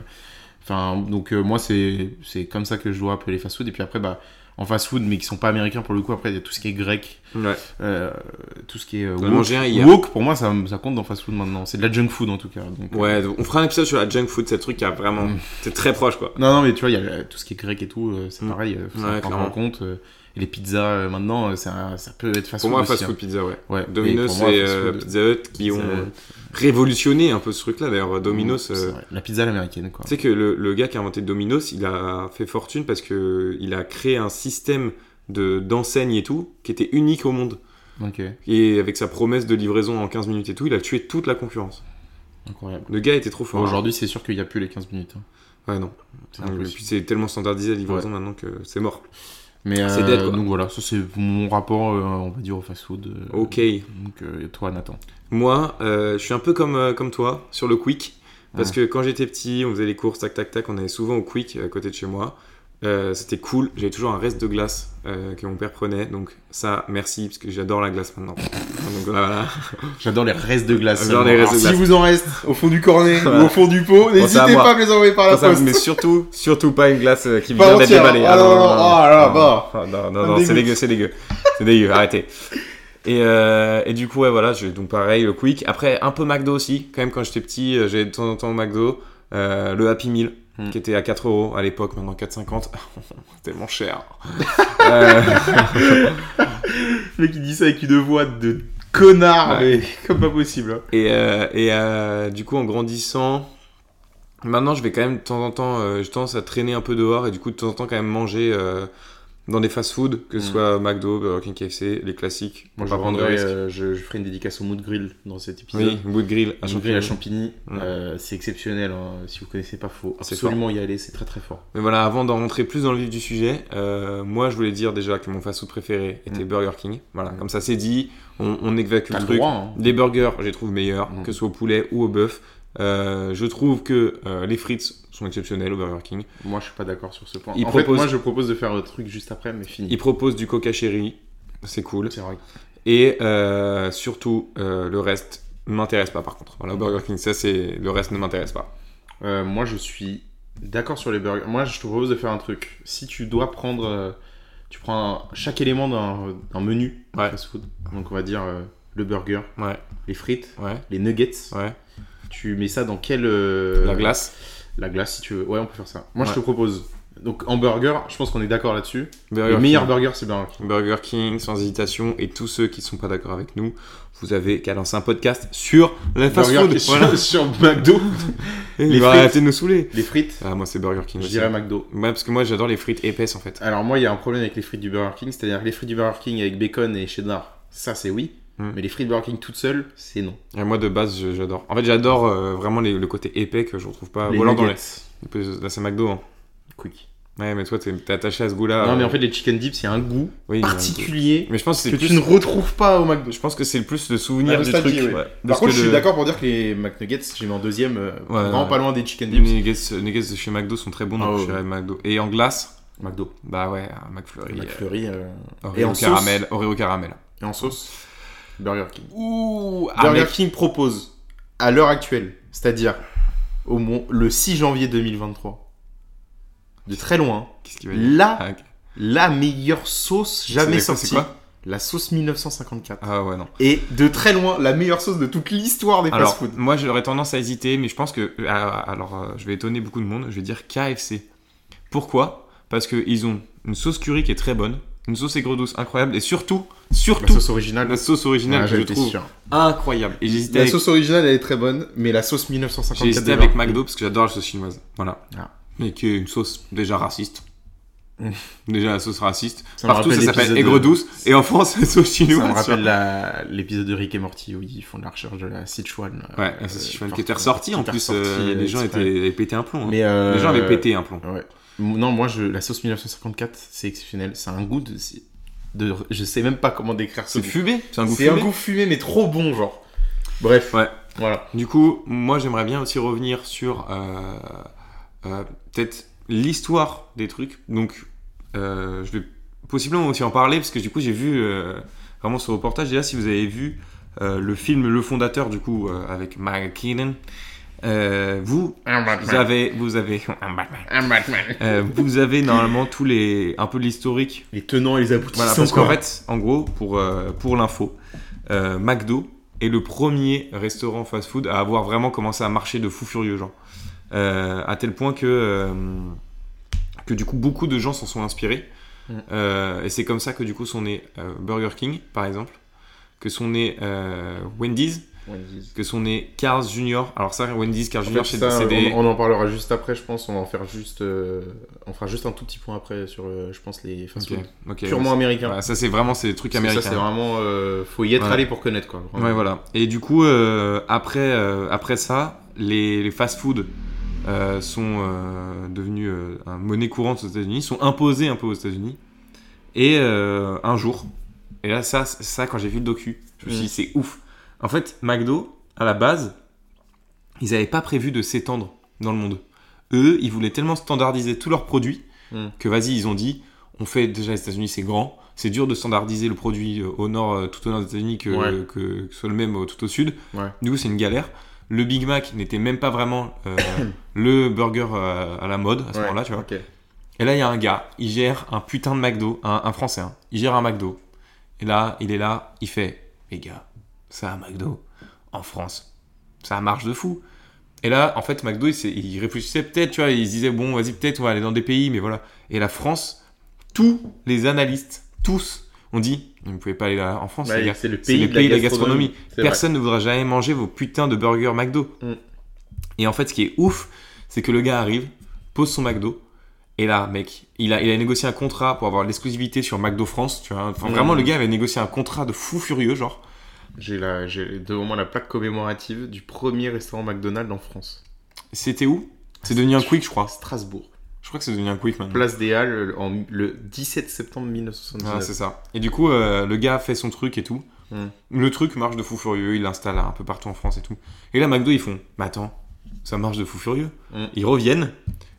Speaker 4: Enfin, donc euh, moi, c'est c'est comme ça que je dois appeler les fast-food. Et puis après, bah, en fast-food, mais qui sont pas américains pour le coup, après, il y a tout ce qui est grec,
Speaker 3: Ouais.
Speaker 4: euh, tout ce qui est euh,
Speaker 3: On en a mangé un hier.
Speaker 4: woke. Woke, pour moi, ça, ça compte dans fast-food maintenant. C'est de la junk food, en tout cas. Donc, euh,
Speaker 3: Ouais, donc on fera un épisode sur la junk food, c'est le truc qui a vraiment.
Speaker 4: Mm.
Speaker 3: C'est très proche quoi.
Speaker 4: Non, non, mais tu vois, il y a euh, tout ce qui est grec et tout, euh, c'est
Speaker 3: Mm.
Speaker 4: pareil, euh, faut
Speaker 3: Ouais,
Speaker 4: ça prendre en
Speaker 3: clairement.
Speaker 4: compte. euh, et les pizzas, euh, maintenant, euh, c'est un- ça peut être fast-food.
Speaker 3: Pour moi,
Speaker 4: aussi,
Speaker 3: fast food
Speaker 4: hein.
Speaker 3: pizza, ouais.
Speaker 4: Ouais,
Speaker 3: Domino's
Speaker 4: pour
Speaker 3: et,
Speaker 4: moi, fast
Speaker 3: euh,
Speaker 4: food,
Speaker 3: Pizza Hut qui
Speaker 4: pizza,
Speaker 3: ont
Speaker 4: euh,
Speaker 3: révolutionné un peu ce truc là. D'ailleurs, Domino's.
Speaker 4: Mmh, c'est
Speaker 3: euh,
Speaker 4: vrai. La pizza à l'américaine, quoi.
Speaker 3: Tu sais que le, le gars qui a inventé Domino's, il a fait fortune parce que il a créé un système de d'enseignes et tout qui était unique au monde.
Speaker 4: Ok,
Speaker 3: Et avec sa promesse de livraison en 15 minutes et tout, il a tué toute la concurrence.
Speaker 4: incroyable.
Speaker 3: Le gars était trop
Speaker 4: Bon,
Speaker 3: fort.
Speaker 4: Aujourd'hui, c'est sûr qu'il n'y a plus les 15 minutes. hein.
Speaker 3: Ouais, non.
Speaker 4: C'est
Speaker 3: Et puis,
Speaker 4: impossible.
Speaker 3: C'est tellement standardisé la livraison maintenant que c'est mort.
Speaker 4: Mais
Speaker 3: c'est
Speaker 4: euh,
Speaker 3: dead, quoi.
Speaker 4: donc voilà, ça c'est mon rapport, euh, on va dire, au fast-food. euh,
Speaker 3: Ok.
Speaker 4: Donc euh, et toi, Nathan.
Speaker 3: Moi, euh, je suis un peu comme, euh, comme toi sur le quick. Parce que quand j'étais petit, on faisait les courses, tac, tac, tac, on allait souvent au quick à côté de chez moi. Euh, c'était cool, j'avais toujours un reste de glace euh, que mon père prenait, donc ça, merci, parce que j'adore la glace maintenant. (laughs) donc voilà,
Speaker 4: J'adore les restes de glace.
Speaker 3: J'adore les
Speaker 4: Alors,
Speaker 3: restes de
Speaker 4: Si vous en reste au fond du (laughs) cornet ou
Speaker 3: Voilà.
Speaker 4: au fond du pot,
Speaker 3: à
Speaker 4: n'hésitez
Speaker 3: moi.
Speaker 4: pas à me les envoyer par la
Speaker 3: Ça, mais
Speaker 4: poste.
Speaker 3: surtout, surtout pas une glace euh, qui
Speaker 4: Ah, Pas
Speaker 3: vient d'être
Speaker 4: entière.
Speaker 3: déballée.
Speaker 4: Ah non, non, ah là, bah.
Speaker 3: Ah non, non,
Speaker 4: Ça me
Speaker 3: non, c'est
Speaker 4: dégoûte.
Speaker 3: dégueu, c'est dégueu. C'est dégueu, arrêtez. Et, euh, et du coup, ouais, voilà, je- donc pareil, le quick. Après, un peu McDo aussi, quand même, quand j'étais petit, euh, j'allais de temps en temps au McDo. Euh, le Happy Meal,
Speaker 4: Hmm.
Speaker 3: qui était à 4 euros à l'époque, maintenant 4,50. (laughs) Tellement
Speaker 4: (laughs)
Speaker 3: cher. Euh,
Speaker 4: (laughs) Le mec qui dit ça avec une voix de connard,
Speaker 3: Ouais.
Speaker 4: mais comme pas possible. hein.
Speaker 3: Et, euh, et, euh, du coup, en grandissant, maintenant, je vais quand même de temps en temps, euh, j'ai tendance à traîner un peu dehors et du coup, de temps en temps, quand même manger euh, dans des fast-food, que ce
Speaker 4: Mm.
Speaker 3: soit McDo, Burger King, KFC, les classiques. pour
Speaker 4: Moi, je,
Speaker 3: pas prendre de
Speaker 4: rendrai,
Speaker 3: risques.
Speaker 4: euh, je, je ferai une dédicace au Mood Grill dans cet épisode.
Speaker 3: Oui, bout de grill, à
Speaker 4: À
Speaker 3: Champigny.
Speaker 4: Champigny, la Champigny,
Speaker 3: Ouais.
Speaker 4: euh, c'est exceptionnel. hein. Si vous connaissez pas, faut
Speaker 3: C'est
Speaker 4: absolument y aller. C'est très très fort.
Speaker 3: Mais voilà, avant d'en rentrer plus dans le vif du sujet, euh, moi, je voulais dire déjà que mon fast-food préféré était
Speaker 4: Mm.
Speaker 3: Burger King. Voilà,
Speaker 4: Mm.
Speaker 3: comme ça, c'est dit, on, on évacue
Speaker 4: T'as
Speaker 3: le
Speaker 4: le
Speaker 3: truc.
Speaker 4: droit. hein.
Speaker 3: Les burgers, je les trouve meilleurs,
Speaker 4: Mm.
Speaker 3: que ce soit au poulet ou au bœuf. Euh, je trouve que euh, les frites sont exceptionnelles au Burger King.
Speaker 4: Moi, je suis pas d'accord sur ce point.
Speaker 3: Il
Speaker 4: en fait,
Speaker 3: propose-
Speaker 4: moi, je propose de faire le truc juste après, mais fini.
Speaker 3: Il propose du coca chéri, c'est cool.
Speaker 4: C'est vrai.
Speaker 3: Et euh, surtout, euh, le reste m'intéresse pas par contre. Voilà, Burger King, ça c'est le reste ne m'intéresse pas.
Speaker 4: Euh, moi, je suis d'accord sur les burgers. Moi, je te propose de faire un truc. Si tu dois prendre. euh, tu prends un- chaque élément d'un d'un menu
Speaker 3: Ouais.
Speaker 4: fast-food. Donc, on va dire euh, le burger,
Speaker 3: Ouais,
Speaker 4: les frites,
Speaker 3: ouais,
Speaker 4: les nuggets.
Speaker 3: ouais.
Speaker 4: Tu mets ça dans quel. euh,
Speaker 3: La glace,
Speaker 4: La glace, si tu veux. Ouais, on peut faire ça. Moi, je
Speaker 3: Ouais.
Speaker 4: te propose. Donc, en burger, je pense qu'on est d'accord là-dessus.
Speaker 3: Burger
Speaker 4: Le meilleur
Speaker 3: King.
Speaker 4: burger, c'est Burger King.
Speaker 3: Burger King, sans hésitation, et tous ceux qui sont pas d'accord avec nous, vous avez qu'à lancer un podcast sur la fast
Speaker 4: Burger
Speaker 3: food.
Speaker 4: King (laughs) sur, sur McDo.
Speaker 3: Il va
Speaker 4: frites.
Speaker 3: arrêter de nous saouler.
Speaker 4: les frites,
Speaker 3: Ah, moi c'est Burger King.
Speaker 4: je
Speaker 3: aussi.
Speaker 4: dirais McDo.
Speaker 3: Ouais, parce que moi j'adore les frites épaisses en fait.
Speaker 4: Alors moi, il y a un problème avec les frites du Burger King, c'est-à-dire que les frites du Burger King avec bacon et cheddar, ça c'est oui,
Speaker 3: Mm.
Speaker 4: mais les frites Burger King toutes seules, c'est non.
Speaker 3: Et moi de base je- j'adore. En fait j'adore euh, vraiment les- le côté épais que je retrouve pas.
Speaker 4: les
Speaker 3: Ah, Ou alors dans
Speaker 4: nuggets,
Speaker 3: les. Là c'est McDo. hein.
Speaker 4: quick.
Speaker 3: Ouais, mais toi, t'es t'es attaché à ce goût-là.
Speaker 4: non mais en
Speaker 3: euh,
Speaker 4: fait, les chicken dips, il y a un goût
Speaker 3: oui, il y a un goût.
Speaker 4: particulier
Speaker 3: Mais je pense que
Speaker 4: que
Speaker 3: c'est
Speaker 4: tu
Speaker 3: plus.
Speaker 4: ne retrouves pas au McDo.
Speaker 3: Je pense que c'est plus le
Speaker 4: La
Speaker 3: souvenir du truc.
Speaker 4: nostalgie, oui.
Speaker 3: ouais, de
Speaker 4: Par
Speaker 3: ce
Speaker 4: contre,
Speaker 3: que
Speaker 4: je suis
Speaker 3: le-
Speaker 4: d'accord pour dire que les McNuggets, j'ai mis en deuxième, euh, vraiment
Speaker 3: ouais.
Speaker 4: pas loin des chicken
Speaker 3: Les
Speaker 4: dips.
Speaker 3: nuggets, euh, nuggets de chez McDo sont très bons
Speaker 4: Ah
Speaker 3: donc
Speaker 4: ouais.
Speaker 3: je dirais McDo. Et en glace,
Speaker 4: McDo,
Speaker 3: bah ouais, un McFlurry.
Speaker 4: McFlurry euh,
Speaker 3: euh,
Speaker 4: Et
Speaker 3: Oreo
Speaker 4: en
Speaker 3: au
Speaker 4: sauce
Speaker 3: caramel. Oreo au caramel. Ah,
Speaker 4: et en sauce, Burger King.
Speaker 3: Ouh,
Speaker 4: Burger King propose à l'heure actuelle, c'est-à-dire au mon- le 6 janvier 2023, de très loin,
Speaker 3: Qu'est-ce qu'il va dire
Speaker 4: la
Speaker 3: Ah, ok.
Speaker 4: la meilleure sauce
Speaker 3: C'est
Speaker 4: jamais
Speaker 3: quoi,
Speaker 4: sortie.
Speaker 3: C'est quoi
Speaker 4: la sauce 1954.
Speaker 3: Ah ouais, non.
Speaker 4: Et de très loin, la meilleure sauce de toute l'histoire des
Speaker 3: Alors,
Speaker 4: fast-food.
Speaker 3: moi j'aurais tendance à hésiter, mais je pense que. euh, Alors, euh, je vais étonner beaucoup de monde, je vais dire KFC. Pourquoi Parce qu'ils ont une sauce curry qui est très bonne, une sauce aigre-douce incroyable, et surtout,
Speaker 4: La
Speaker 3: surtout,
Speaker 4: sauce originale,
Speaker 3: La sauce originale
Speaker 4: ah,
Speaker 3: que je
Speaker 4: j'avais été
Speaker 3: trouve
Speaker 4: sûr.
Speaker 3: incroyable. Et j'hésitais
Speaker 4: La
Speaker 3: avec,
Speaker 4: sauce originale, elle est très bonne, mais la sauce
Speaker 3: j'ai
Speaker 4: 1954.
Speaker 3: hésité avec McDo parce que j'adore la sauce chinoise. Voilà.
Speaker 4: Ah.
Speaker 3: Mais qui est une sauce déjà
Speaker 4: (laughs)
Speaker 3: raciste.
Speaker 4: Mm.
Speaker 3: déjà la sauce raciste.
Speaker 4: Ça me
Speaker 3: Partout
Speaker 4: rappelle
Speaker 3: ça s'appelle
Speaker 4: l'épisode
Speaker 3: aigre
Speaker 4: de-
Speaker 3: douce. Et en France, la sauce
Speaker 4: (laughs) Ça
Speaker 3: chinoise.
Speaker 4: me rappelle la- l'épisode de Rick et Morty où ils font de la recherche de la Sichuan. euh,
Speaker 3: Ouais, la sauce chinoise qui était
Speaker 4: partout.
Speaker 3: ressortie. En
Speaker 4: Qui était
Speaker 3: plus,
Speaker 4: ressortie,
Speaker 3: euh,
Speaker 4: euh,
Speaker 3: les gens étaient,
Speaker 4: exprès.
Speaker 3: avaient pété un plomb. hein.
Speaker 4: Mais, euh,
Speaker 3: Les gens avaient pété un plomb.
Speaker 4: Ouais. Non, moi, je, la sauce 1954, c'est exceptionnel. C'est un goût de, de. Je sais même pas comment décrire
Speaker 3: C'est
Speaker 4: ce goût.
Speaker 3: fumé. C'est un goût
Speaker 4: C'est un
Speaker 3: fumé.
Speaker 4: goût fumé, mais trop bon, genre. Bref.
Speaker 3: Ouais.
Speaker 4: Voilà.
Speaker 3: Du coup, moi j'aimerais bien aussi revenir sur euh, euh, peut-être l'histoire des trucs. Donc, euh, je vais possiblement aussi en parler parce que du coup j'ai vu euh, vraiment ce reportage déjà si vous avez vu euh, le film Le Fondateur du coup euh, avec Michael Keaton euh, vous
Speaker 4: Un
Speaker 3: vous
Speaker 4: Batman.
Speaker 3: avez vous avez (laughs) un Batman.
Speaker 4: Un Batman.
Speaker 3: Euh, vous avez normalement tous les un peu de l'historique
Speaker 4: Les tenants et les aboutissants.
Speaker 3: voilà parce
Speaker 4: quoi.
Speaker 3: qu'en fait en gros pour euh, pour l'info euh, McDo est le premier restaurant fast-food à avoir vraiment commencé à marcher de fou furieux genre Euh, à tel point que euh, que du coup beaucoup de gens s'en sont inspirés
Speaker 4: Mm.
Speaker 3: Euh, et c'est comme ça que du coup sont nés euh, Burger King par exemple que sont nés euh, Wendy's
Speaker 4: Ouais, ils-
Speaker 3: que sont nés Carl's Junior alors ça Wendy's Carl's
Speaker 4: En
Speaker 3: Junior
Speaker 4: fait,
Speaker 3: c'est
Speaker 4: ça,
Speaker 3: c'est des
Speaker 4: on, on en parlera juste après, je pense. On va en faire juste, euh, on fera juste un tout petit point après sur, euh, je pense, les fast
Speaker 3: Ok, ok,
Speaker 4: purement américains.
Speaker 3: Voilà, ça c'est vraiment c'est des trucs
Speaker 4: Parce que
Speaker 3: américains
Speaker 4: Ça, c'est vraiment, euh, faut y être
Speaker 3: Ouais.
Speaker 4: allé pour connaître quoi. Vraiment.
Speaker 3: Ouais, voilà. Et du coup, euh, après, euh, après ça, les, les fast-food euh, sont euh, devenus euh, un monnaie courante aux États-Unis, sont imposés un peu aux États-Unis. Et euh, un jour, et là, ça, ça quand j'ai vu le docu, je me suis
Speaker 4: Mm.
Speaker 3: dit, c'est ouf. En fait, McDo, à la base, ils n'avaient pas prévu de s'étendre dans le monde. Eux, ils voulaient tellement standardiser tous leurs produits
Speaker 4: Mm.
Speaker 3: que vas-y, ils ont dit, on fait déjà les États-Unis, c'est grand. C'est dur de standardiser le produit euh, au nord, euh, tout au nord des États-Unis que,
Speaker 4: Ouais.
Speaker 3: que, que ce soit le même euh, tout au sud.
Speaker 4: Ouais.
Speaker 3: Du coup, c'est une galère. Le Big Mac n'était même pas vraiment
Speaker 4: (coughs)
Speaker 3: euh, le burger euh, à la mode à ce
Speaker 4: Ouais,
Speaker 3: moment-là, tu vois.
Speaker 4: ok.
Speaker 3: Et là, il y a un gars, il gère un putain de McDo, un, un Français, hein. il gère un McDo. Et là, il est là, il fait Les gars, ça, un McDo, en France, ça marche de fou. Et là, en fait, McDo, il, s'est- il réfléchissait peut-être, tu vois, il se disait Bon, vas-y, peut-être, on va aller dans des pays, mais voilà. Et la France, tous les analystes, tous, ont dit Vous ne pouvez pas aller là, en France,
Speaker 4: Ouais,
Speaker 3: les gars.
Speaker 4: Bah, c'est le
Speaker 3: C'est
Speaker 4: pays,
Speaker 3: le
Speaker 4: de,
Speaker 3: pays
Speaker 4: la gastronomie. C'est vrai.
Speaker 3: Personne ne voudra jamais manger vos putains de burgers McDo.
Speaker 4: Mm.
Speaker 3: Et en fait, ce qui est ouf, c'est que le gars arrive, pose son McDo, et là, mec, il a, il a négocié un contrat pour avoir l'exclusivité sur McDo France, tu vois. Enfin,
Speaker 4: Mm.
Speaker 3: vraiment, le gars avait négocié un contrat de fou furieux, genre.
Speaker 4: J'ai la, j'ai devant moi la plaque commémorative du premier restaurant McDonald's en France.
Speaker 3: C'était où C'est devenu un quick, je crois.
Speaker 4: Strasbourg.
Speaker 3: Je crois que c'est devenu un quick maintenant.
Speaker 4: Place des Halles en, le 17 septembre
Speaker 3: Ah,
Speaker 4: 1979.
Speaker 3: c'est ça. Et du coup, euh, le gars fait son truc et tout.
Speaker 4: Mm.
Speaker 3: Le truc marche de fou furieux, il l'installe un peu partout en France et tout. Et là, McDo, ils font Mais attends, ça marche de fou furieux.
Speaker 4: Mm.
Speaker 3: Ils reviennent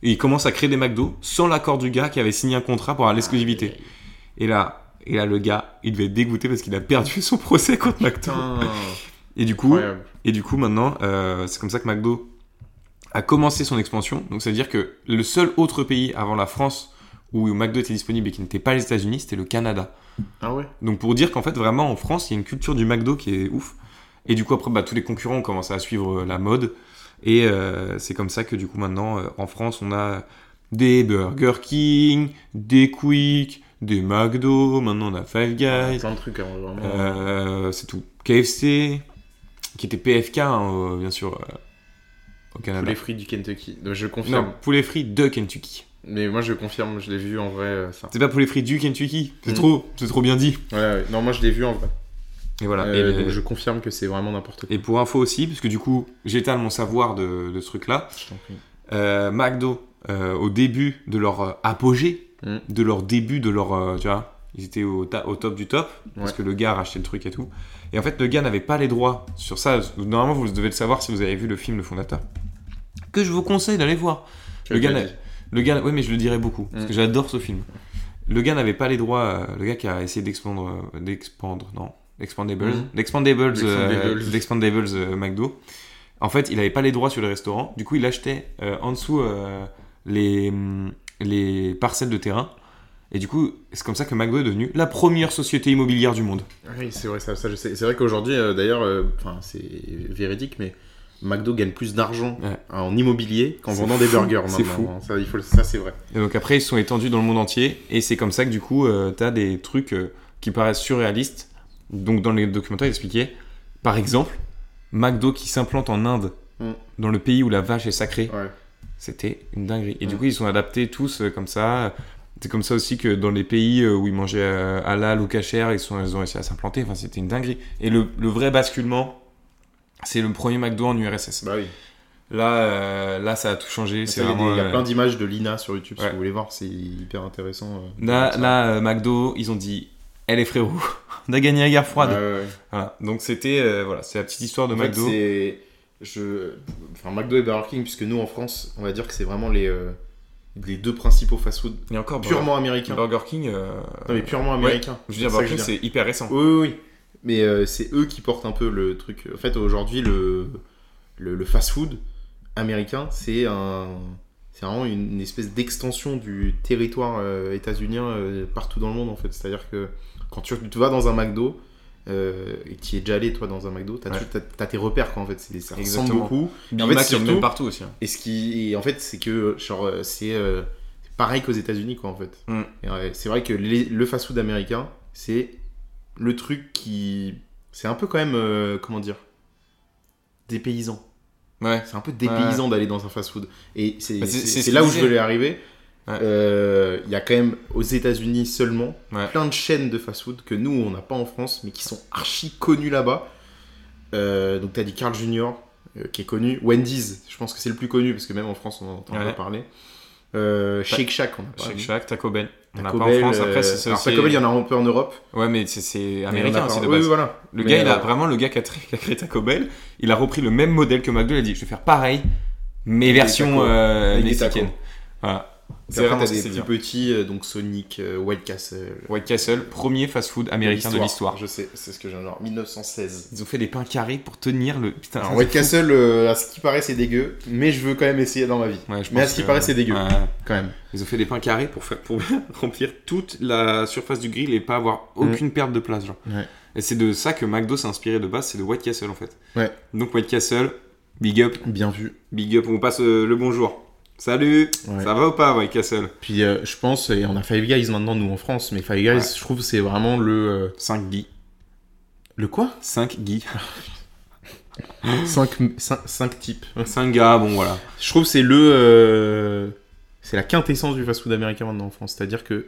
Speaker 3: et ils commencent à créer des McDo sans l'accord du gars qui avait signé un contrat pour avoir l'exclusivité. Et là, et là, le gars, il devait être dégoûté parce qu'il a perdu (laughs) son procès contre McDo.
Speaker 4: Putain,
Speaker 3: Et du coup,
Speaker 4: incroyable.
Speaker 3: et du coup, maintenant, euh, c'est comme ça que McDo a commencé son expansion. Donc, c'est-à-dire que le seul autre pays avant la France où McDo était disponible et qui n'était pas les États-Unis, c'était le Canada.
Speaker 4: Ah ouais.
Speaker 3: Donc pour dire qu'en fait vraiment en France il y a une culture du McDo qui est ouf. Et du coup après bah, tous les concurrents ont commencé à suivre euh, la mode. Et euh, c'est comme ça que du coup maintenant euh, en France on a des Burger King, des Quick, des McDo, maintenant on a Five Guys,
Speaker 4: Plein de trucs, hein, vraiment.
Speaker 3: Ah euh, c'est tout. KFC, qui était PFK hein, euh, bien sûr euh, au
Speaker 4: Tous
Speaker 3: Canada.
Speaker 4: les frites du Kentucky. Donc, je confirme.
Speaker 3: Non, poulet frit de Kentucky.
Speaker 4: Mais moi je confirme, je l'ai vu en vrai euh, ça.
Speaker 3: C'est pas poulet frit du Kentucky, c'est
Speaker 4: Mm.
Speaker 3: trop, c'est trop bien dit.
Speaker 4: Ouais, ouais. Non, moi je l'ai vu en vrai.
Speaker 3: Et voilà.
Speaker 4: Euh,
Speaker 3: Et-
Speaker 4: donc, je confirme que c'est vraiment n'importe quoi.
Speaker 3: Et pour info aussi, parce que du coup, j'étale mon savoir de, de ce truc-là,
Speaker 4: Je t'en prie.
Speaker 3: euh, McDo, euh, au début de leur euh, apogée,
Speaker 4: Mm.
Speaker 3: de leur début, de leur... euh, tu vois, ils étaient au, ta- au top du top, parce
Speaker 4: Ouais.
Speaker 3: que le gars a racheté le truc et tout. Et en fait, le gars n'avait pas les droits sur ça. Normalement, vous devez le savoir si vous avez vu le film Le Fondateur. Que je vous conseille d'aller voir.
Speaker 4: Tu
Speaker 3: Le
Speaker 4: l'as
Speaker 3: gars
Speaker 4: déjà
Speaker 3: n'a-
Speaker 4: dit.
Speaker 3: Le gars, ouais, mais je le dirais beaucoup, parce
Speaker 4: Mm.
Speaker 3: que j'adore ce film. Le gars n'avait pas les droits, euh, le gars qui a essayé d'expandre, euh, d'expandre, non, d'expandables,
Speaker 4: Mhm.
Speaker 3: d'expandables, euh,
Speaker 4: D'expandables.
Speaker 3: d'expandables euh, McDo. En fait, il n'avait pas les droits sur le restaurant, du coup, il achetait euh, en dessous euh, les, hum, les parcelles de terrain. Et du coup, c'est comme ça que McDo est devenu la première société immobilière du monde.
Speaker 4: Ah Oui, c'est vrai, ça, ça, je sais. C'est vrai qu'aujourd'hui, euh, d'ailleurs, euh, enfin, c'est véridique, mais McDo gagne plus d'argent
Speaker 3: Ouais.
Speaker 4: hein, en immobilier qu'en
Speaker 3: C'est
Speaker 4: vendant des
Speaker 3: fou,
Speaker 4: burgers
Speaker 3: c'est
Speaker 4: maintenant,
Speaker 3: fou.
Speaker 4: hein. Ça, il faut le- ça, c'est vrai.
Speaker 3: Et donc après, ils se sont étendus dans le monde entier. Et c'est comme ça que du coup, euh, t'as des trucs euh, qui paraissent surréalistes. Donc dans les documentaires, ils expliquaient, par exemple, McDo qui s'implante en Inde,
Speaker 4: Mm.
Speaker 3: dans le pays où la vache est sacrée.
Speaker 4: Ouais.
Speaker 3: C'était une dinguerie. Et du
Speaker 4: Mm.
Speaker 3: coup, ils sont adaptés tous euh, comme ça. C'est comme ça aussi que dans les pays euh, où ils mangeaient euh, halal ou kasher, ils, sont, ils ont réussi à s'implanter. Enfin, c'était une dinguerie. Et le, le vrai basculement, c'est le premier McDo en URSS.
Speaker 4: Bah oui.
Speaker 3: Là, euh, là, ça a tout changé.
Speaker 4: Ça,
Speaker 3: C'est
Speaker 4: il y a des-
Speaker 3: vraiment,
Speaker 4: il y a
Speaker 3: euh,
Speaker 4: plein d'images de Lina sur YouTube si
Speaker 3: Ouais.
Speaker 4: vous voulez voir, c'est hyper intéressant. euh,
Speaker 3: Là,
Speaker 4: ça.
Speaker 3: là, euh, McDo, ils ont dit Eh les frérots,
Speaker 5: (laughs)
Speaker 3: on a gagné la guerre froide.
Speaker 4: Ouais, ouais, ouais.
Speaker 3: Voilà. Donc c'était euh, voilà, c'est la petite histoire de
Speaker 4: En fait,
Speaker 3: McDo.
Speaker 4: c'est- je... enfin, McDo et Burger King, puisque nous en France, on va dire que c'est vraiment les, euh, les deux principaux fast-food
Speaker 5: Et encore, Burger-
Speaker 4: purement américains. Non,
Speaker 5: Burger King. euh,
Speaker 4: mais purement américains.
Speaker 5: Je veux dire,
Speaker 4: C'est ça
Speaker 5: Burger
Speaker 4: que
Speaker 5: King, c'est hyper récent.
Speaker 4: Oui, oui, oui. Mais euh, c'est eux qui portent un peu le truc. En fait, aujourd'hui, le, le, le fast-food américain, c'est un. C'est vraiment une, une espèce d'extension du territoire euh, états-unien euh, partout dans le monde, en fait. C'est-à-dire que quand tu, tu vas dans un McDo, euh, et que tu y es déjà allé, toi, dans un McDo, t'as
Speaker 5: Ouais.
Speaker 4: tu- t'as- t'as tes repères, quoi, en fait. C'est- Ça ressemble
Speaker 5: Exactement.
Speaker 4: beaucoup.
Speaker 5: Big
Speaker 4: En fait,
Speaker 5: Mac, il y en a
Speaker 4: surtout-
Speaker 5: même partout aussi. hein.
Speaker 4: Et ce qui, et en fait, c'est que genre euh, c'est euh, c'est pareil qu'aux États-Unis quoi en fait.
Speaker 5: Mm.
Speaker 4: Et, ouais, c'est vrai que les- le fast-food américain, c'est le truc qui, c'est un peu quand même euh, comment dire, dépaysant.
Speaker 5: Ouais.
Speaker 4: C'est un peu dépaysant d'aller dans un fast-food. Et c'est
Speaker 5: Bah, c'est-
Speaker 4: c'est-
Speaker 5: c'est ce
Speaker 4: c'est
Speaker 5: que
Speaker 4: là
Speaker 5: je
Speaker 4: où je
Speaker 5: disais.
Speaker 4: voulais arriver.
Speaker 5: Ouais.
Speaker 4: Euh, Il y a quand même aux États-Unis seulement
Speaker 5: Ouais.
Speaker 4: plein de chaînes de fast-food que nous on n'a pas en France, mais qui sont archi connues là-bas. Euh, donc t'as dit Carl Junior euh, qui est connu, Wendy's, je pense que c'est le plus connu parce que même en France on en entend
Speaker 5: Ouais. Bah,
Speaker 4: pas parler. Euh, Shake Shack, on a pas.
Speaker 5: Shake
Speaker 4: vu.
Speaker 5: Shack, Taco Bell. On n'a
Speaker 4: Taco
Speaker 5: pas en
Speaker 4: Bell,
Speaker 5: France.
Speaker 4: euh,
Speaker 5: Après, c'est c'est
Speaker 4: alors,
Speaker 5: aussi-
Speaker 4: Taco Bell, il y en a un peu en Europe.
Speaker 5: Ouais, mais c'est- c'est
Speaker 4: mais on en a
Speaker 5: américain
Speaker 4: pas-
Speaker 5: aussi de
Speaker 4: Oui,
Speaker 5: base.
Speaker 4: voilà.
Speaker 5: Le
Speaker 4: Mais,
Speaker 5: gars, il a
Speaker 4: euh,
Speaker 5: vraiment le gars qui a, tra- qui a créé Taco Bell, il a repris le même modèle que McDo, il a dit je vais faire pareil, mais
Speaker 4: Avec des
Speaker 5: version
Speaker 4: tacos.
Speaker 5: euh,
Speaker 4: Avec des
Speaker 5: mexicaine.
Speaker 4: tacos.
Speaker 5: Voilà. C'est
Speaker 4: C'est
Speaker 5: vraiment
Speaker 4: après,
Speaker 5: ce
Speaker 4: t'as
Speaker 5: que
Speaker 4: des
Speaker 5: c'est
Speaker 4: plus
Speaker 5: dire.
Speaker 4: petits, euh, donc Sonic, euh, White Castle.
Speaker 5: White Castle, premier fast-food américain de l'histoire.
Speaker 4: Je sais, c'est ce que j'adore. 1916.
Speaker 3: Ils ont fait des pains carrés pour tenir le. Putain,
Speaker 4: Alors,
Speaker 3: ça,
Speaker 4: Ah, White
Speaker 3: c'est fou.
Speaker 4: Castle, euh, à ce qui paraît, c'est dégueu, mais je veux quand même essayer dans ma vie.
Speaker 3: Ouais, je
Speaker 4: mais à
Speaker 3: pense
Speaker 4: ce qui
Speaker 3: que-
Speaker 4: paraît, c'est dégueu,
Speaker 3: Ouais.
Speaker 4: quand même.
Speaker 3: Ils ont fait des pains carrés pour, faire, pour (laughs) remplir toute la surface du grill et pas avoir aucune perte de place. Genre.
Speaker 4: Mm. Ouais.
Speaker 3: Et c'est de ça que McDo s'est inspiré de base, c'est de White Castle en fait.
Speaker 4: Ouais.
Speaker 3: Donc White Castle, big up,
Speaker 4: Bien vu.
Speaker 3: big up, on passe euh, le bonjour. Salut,
Speaker 4: Ouais.
Speaker 3: ça va ou pas White Castle
Speaker 4: Puis euh, je pense, et on a Five Guys maintenant, nous en France, mais Five Guys,
Speaker 3: Ouais.
Speaker 4: je trouve, c'est vraiment le. euh,
Speaker 3: 5 Guy. (gasps)
Speaker 4: le quoi
Speaker 3: 5 (laughs) Guy.
Speaker 4: 5 types. (laughs)
Speaker 3: 5 gars, bon voilà.
Speaker 4: Je trouve que c'est le. euh, c'est la quintessence du fast-food américain maintenant en France. C'est-à-dire que.